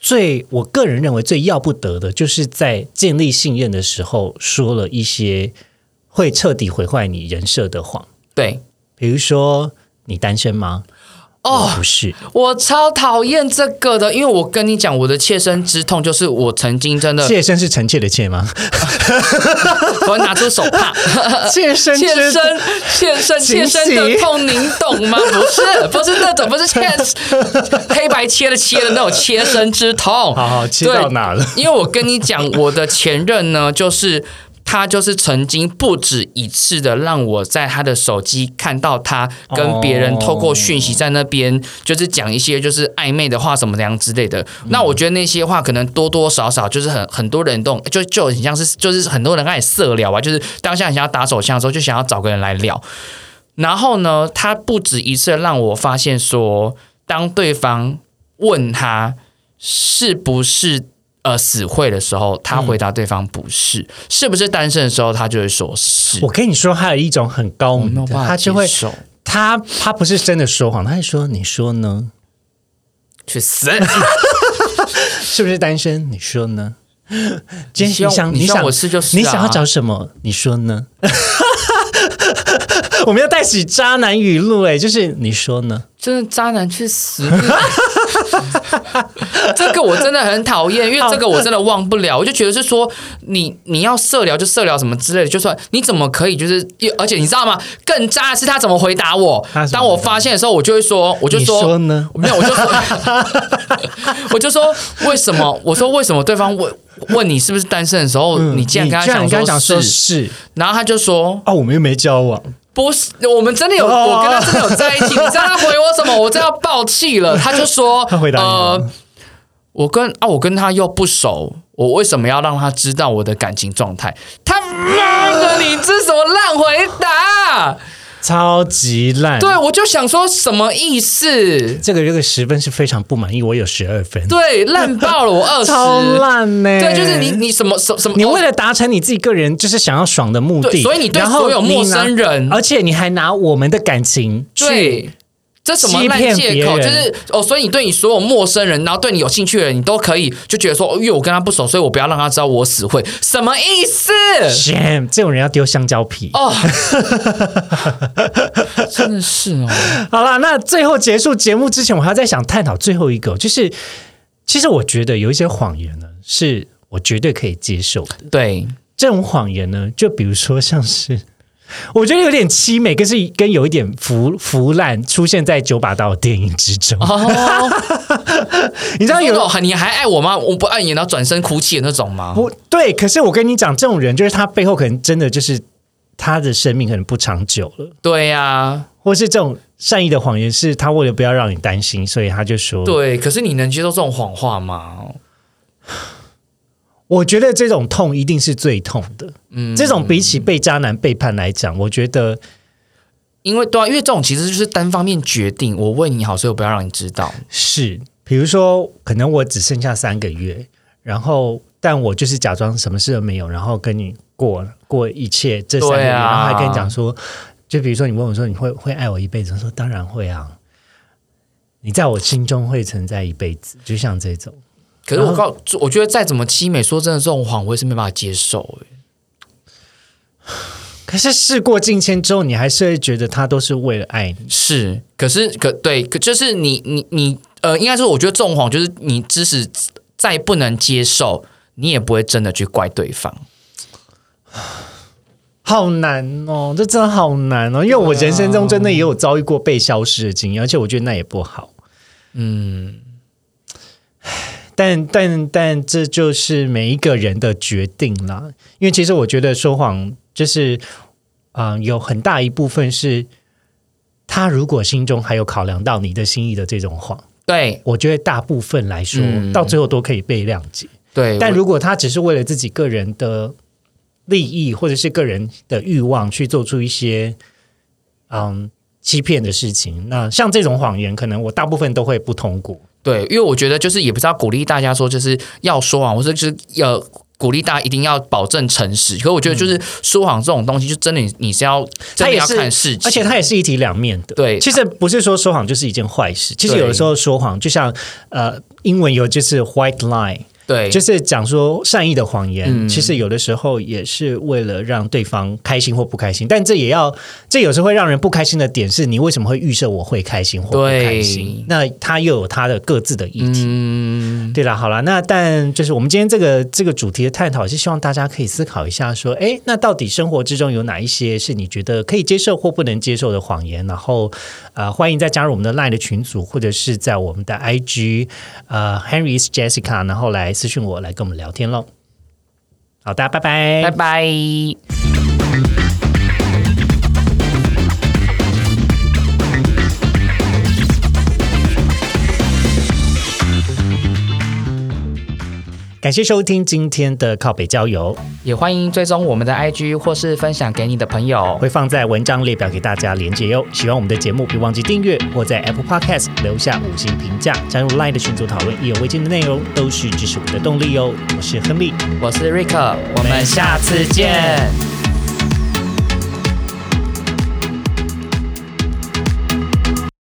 [SPEAKER 1] 最我个人认为最要不得的，就是在建立信任的时候说了一些会彻底毁坏你人设的谎，
[SPEAKER 2] 对
[SPEAKER 1] 比如说你单身吗？
[SPEAKER 2] 哦
[SPEAKER 1] 我，不是，
[SPEAKER 2] 我超讨厌这个的，因为我跟你讲，我的切身之痛就是我曾经真的，
[SPEAKER 1] 妾身是臣妾的妾吗？
[SPEAKER 2] 我拿出手帕。
[SPEAKER 1] 妾身
[SPEAKER 2] 切
[SPEAKER 1] 之
[SPEAKER 2] 呃身、切身、切
[SPEAKER 1] 惊喜
[SPEAKER 2] 身的痛，您懂吗？不是，不是那种，不
[SPEAKER 1] (laughs)
[SPEAKER 2] 是切黑白切的切的那种切身之痛。
[SPEAKER 1] 好好，切到哪了？
[SPEAKER 2] 因为我跟你讲，我的前任呢，就是他就是曾经不止一次的让我在他的手机看到他跟别人透过讯息在那边，就是讲一些就是暧昧的话什么怎样之类的。那我觉得那些话可能多多少少就是很很多人都就就很像是就是很多人开始色聊啊，就是当下很想要打手枪的时候，就想要找个人来聊。然后呢，他不止一次让我发现说，当对方问他是不是呃死会的时候，他回答对方不是；是不是单身的时候，他就会说是。
[SPEAKER 1] 我跟你说，还有一种很高
[SPEAKER 2] 我
[SPEAKER 1] 明
[SPEAKER 2] 没有
[SPEAKER 1] 的，
[SPEAKER 2] 办法
[SPEAKER 1] 他就会
[SPEAKER 2] 接受
[SPEAKER 1] 他他不是真的说谎，他是说你说呢？
[SPEAKER 2] 去死。
[SPEAKER 1] 是不是单身？你说呢？今
[SPEAKER 2] 你希
[SPEAKER 1] 天你
[SPEAKER 2] 望
[SPEAKER 1] 想
[SPEAKER 2] 你希望
[SPEAKER 1] 想
[SPEAKER 2] 我是就是啊
[SPEAKER 1] 你想要找什么？你说呢？ (laughs) 我们要带起渣男语录哎、就是你说呢？
[SPEAKER 2] 真的渣男去死！ (laughs) 这个我真的很讨厌，因为这个我真的忘不了。我就觉得是说，你你要色聊就色聊什么之类的，就算你怎么可以就是，而且你知道吗？更渣的是他怎么回答我
[SPEAKER 1] 他。怎么
[SPEAKER 2] 当我发现的时候，我就会说，我就
[SPEAKER 1] 你说呢？
[SPEAKER 2] (laughs) 没有，我就说，我就说为什么？我说为什么对方问问你是不是单身的时候，嗯你竟然跟他
[SPEAKER 1] 嗯你
[SPEAKER 2] 讲
[SPEAKER 1] 居然跟他讲
[SPEAKER 2] 说
[SPEAKER 1] 说
[SPEAKER 2] 是，
[SPEAKER 1] 是
[SPEAKER 2] 然后他就说
[SPEAKER 1] 啊，我们又没交往，
[SPEAKER 2] 不是，我们真的有，
[SPEAKER 1] 哦
[SPEAKER 2] 我跟他真的有在一起。你知道他回我什么？我真的要爆
[SPEAKER 1] (laughs)
[SPEAKER 2] 气了。他就说，
[SPEAKER 1] 他回答你吗
[SPEAKER 2] 呃，我跟啊，我跟他又不熟，我为什么要让他知道我的感情状态？他妈的，你这什么烂回
[SPEAKER 1] (laughs)
[SPEAKER 2] 答？
[SPEAKER 1] 超级烂。
[SPEAKER 2] 对，啊我就想说什么意思？
[SPEAKER 1] 这个这个十分是非常不满意，我有十二分，
[SPEAKER 2] 对，烂爆了，我二十，
[SPEAKER 1] 超烂呢、
[SPEAKER 2] 对，就是你，你什么什什么？
[SPEAKER 1] 嗯
[SPEAKER 2] 哦
[SPEAKER 1] 你为了达成你自己个人就是想要爽的目的，
[SPEAKER 2] 对所以你对
[SPEAKER 1] 然后
[SPEAKER 2] 所有陌生人
[SPEAKER 1] 你拿而且你还拿我们的感情去
[SPEAKER 2] 对，这什么烂
[SPEAKER 1] 欺骗
[SPEAKER 2] 借
[SPEAKER 1] 别
[SPEAKER 2] 口？
[SPEAKER 1] 人
[SPEAKER 2] 就是哦，所以你对你所有陌生人，然后对你有兴趣的人，你都可以就觉得说，哦因为我跟他不熟，所以我不要让他知道我死会，什么意思？
[SPEAKER 1] shame，这种人要丢香蕉皮。 (laughs)
[SPEAKER 2] 哦，真的是
[SPEAKER 1] (laughs)
[SPEAKER 2] 哦，
[SPEAKER 1] 好啦，那最后结束节目之前，我还要再想探讨最后一个，就是其实我觉得有一些谎言呢，是我绝对可以接受的。
[SPEAKER 2] 对，
[SPEAKER 1] 这种谎言呢，就比如说像是。 (laughs) 我觉得有点凄美，跟是跟有一点腐腐烂出现在九把刀的电影之中。
[SPEAKER 2] 哦，
[SPEAKER 1] (laughs) 你知道
[SPEAKER 2] 那
[SPEAKER 1] 有
[SPEAKER 2] 有你还爱我吗？我不爱你，然后转身哭泣的那种吗？
[SPEAKER 1] 不对，可是我跟你讲，这种人就是他背后可能真的就是他的生命可能不长久了，
[SPEAKER 2] 对呀、
[SPEAKER 1] 或是这种善意的谎言是他为了不要让你担心，所以他就说。
[SPEAKER 2] 对，可是你能接受这种谎话吗？
[SPEAKER 1] 我觉得这种痛一定是最痛的。嗯，这种比起被渣男背叛来讲，我觉得
[SPEAKER 2] 因为对啊，因为这种其实就是单方面决定，我为你好，所以我不要让你知道。
[SPEAKER 1] 是。比如说，可能我只剩下三个月，然后但我就是假装什么事都没有，然后跟你过过一切这三个月，
[SPEAKER 2] 对啊
[SPEAKER 1] 然后还跟你讲说，就比如说你问我说你会会爱我一辈子，我说当然会啊。你在我心中会存在一辈子，就像这种，
[SPEAKER 2] 可是我告，我觉得再怎么凄美，说真的，这种谎我也是没办法接受、欸。
[SPEAKER 1] 可是事过境迁之后，你还是会觉得他都是为了爱你。
[SPEAKER 2] 是，可是可对，可就是你你你呃，应该说，我觉得这种谎就是你即使再不能接受，你也不会真的去怪对方。
[SPEAKER 1] 好难哦，这真的好难哦，因为我人生中真的也有遭遇过被消失的经验，而且我觉得那也不好。嗯，但但但这就是每一个人的决定啦。因为其实我觉得说谎就是，嗯、有很大一部分是他如果心中还有考量到你的心意的这种谎，
[SPEAKER 2] 对
[SPEAKER 1] 我觉得大部分来说，
[SPEAKER 2] 嗯
[SPEAKER 1] 到最后都可以被谅解。
[SPEAKER 2] 对，
[SPEAKER 1] 但
[SPEAKER 2] 我
[SPEAKER 1] 如果他只是为了自己个人的利益或者是个人的欲望去做出一些嗯欺骗的事情，那像这种谎言，可能我大部分都会不通过。
[SPEAKER 2] 对，因为我觉得就是也不是要鼓励大家说就是要说谎，或者就是要。鼓励大家一定要保证诚实，可是我觉得就是说谎这种东西，就真的你你是要
[SPEAKER 1] 它
[SPEAKER 2] 真的
[SPEAKER 1] 嗯也
[SPEAKER 2] 要
[SPEAKER 1] 是
[SPEAKER 2] 看事情，
[SPEAKER 1] 而且它也是一体两面的。
[SPEAKER 2] 对
[SPEAKER 1] 其实不是说说谎就是一件坏事，其实
[SPEAKER 2] 对
[SPEAKER 1] 有的时候说谎就像呃，英文有就是 white lie，
[SPEAKER 2] 对嗯
[SPEAKER 1] 就是讲说善意的谎言，其实有的时候也是为了让对方开心或不开心，但这也要，这有时候会让人不开心的点是你为什么会预设我会开心或不开心
[SPEAKER 2] 对？
[SPEAKER 1] 那他又有他的各自的议题。
[SPEAKER 2] 嗯，
[SPEAKER 1] 对啦，好啦，那但就是我们今天这个这个主题的探讨，是希望大家可以思考一下，说，哎，那到底生活之中有哪一些是你觉得可以接受或不能接受的谎言？然后，呃，欢迎再加入我们的 LINE 的群组，或者是在我们的 IG，呃，Henry's Jessica，然后来私讯我，来跟我们聊天喽。好的，拜拜，
[SPEAKER 2] 拜拜。
[SPEAKER 1] 感谢收听今天的靠北郊游，
[SPEAKER 2] 也欢迎追踪我们的 IG 或是分享给你的朋友。
[SPEAKER 1] 会放在文章列表给大家连接哟。喜欢我们的节目，别忘记订阅或在 Apple Podcast 留下五星评价，加入 Line 的群组讨论意犹未尽的内容，都是支持我们的动力哦。我是亨利，
[SPEAKER 2] 我是瑞克，我们下次见。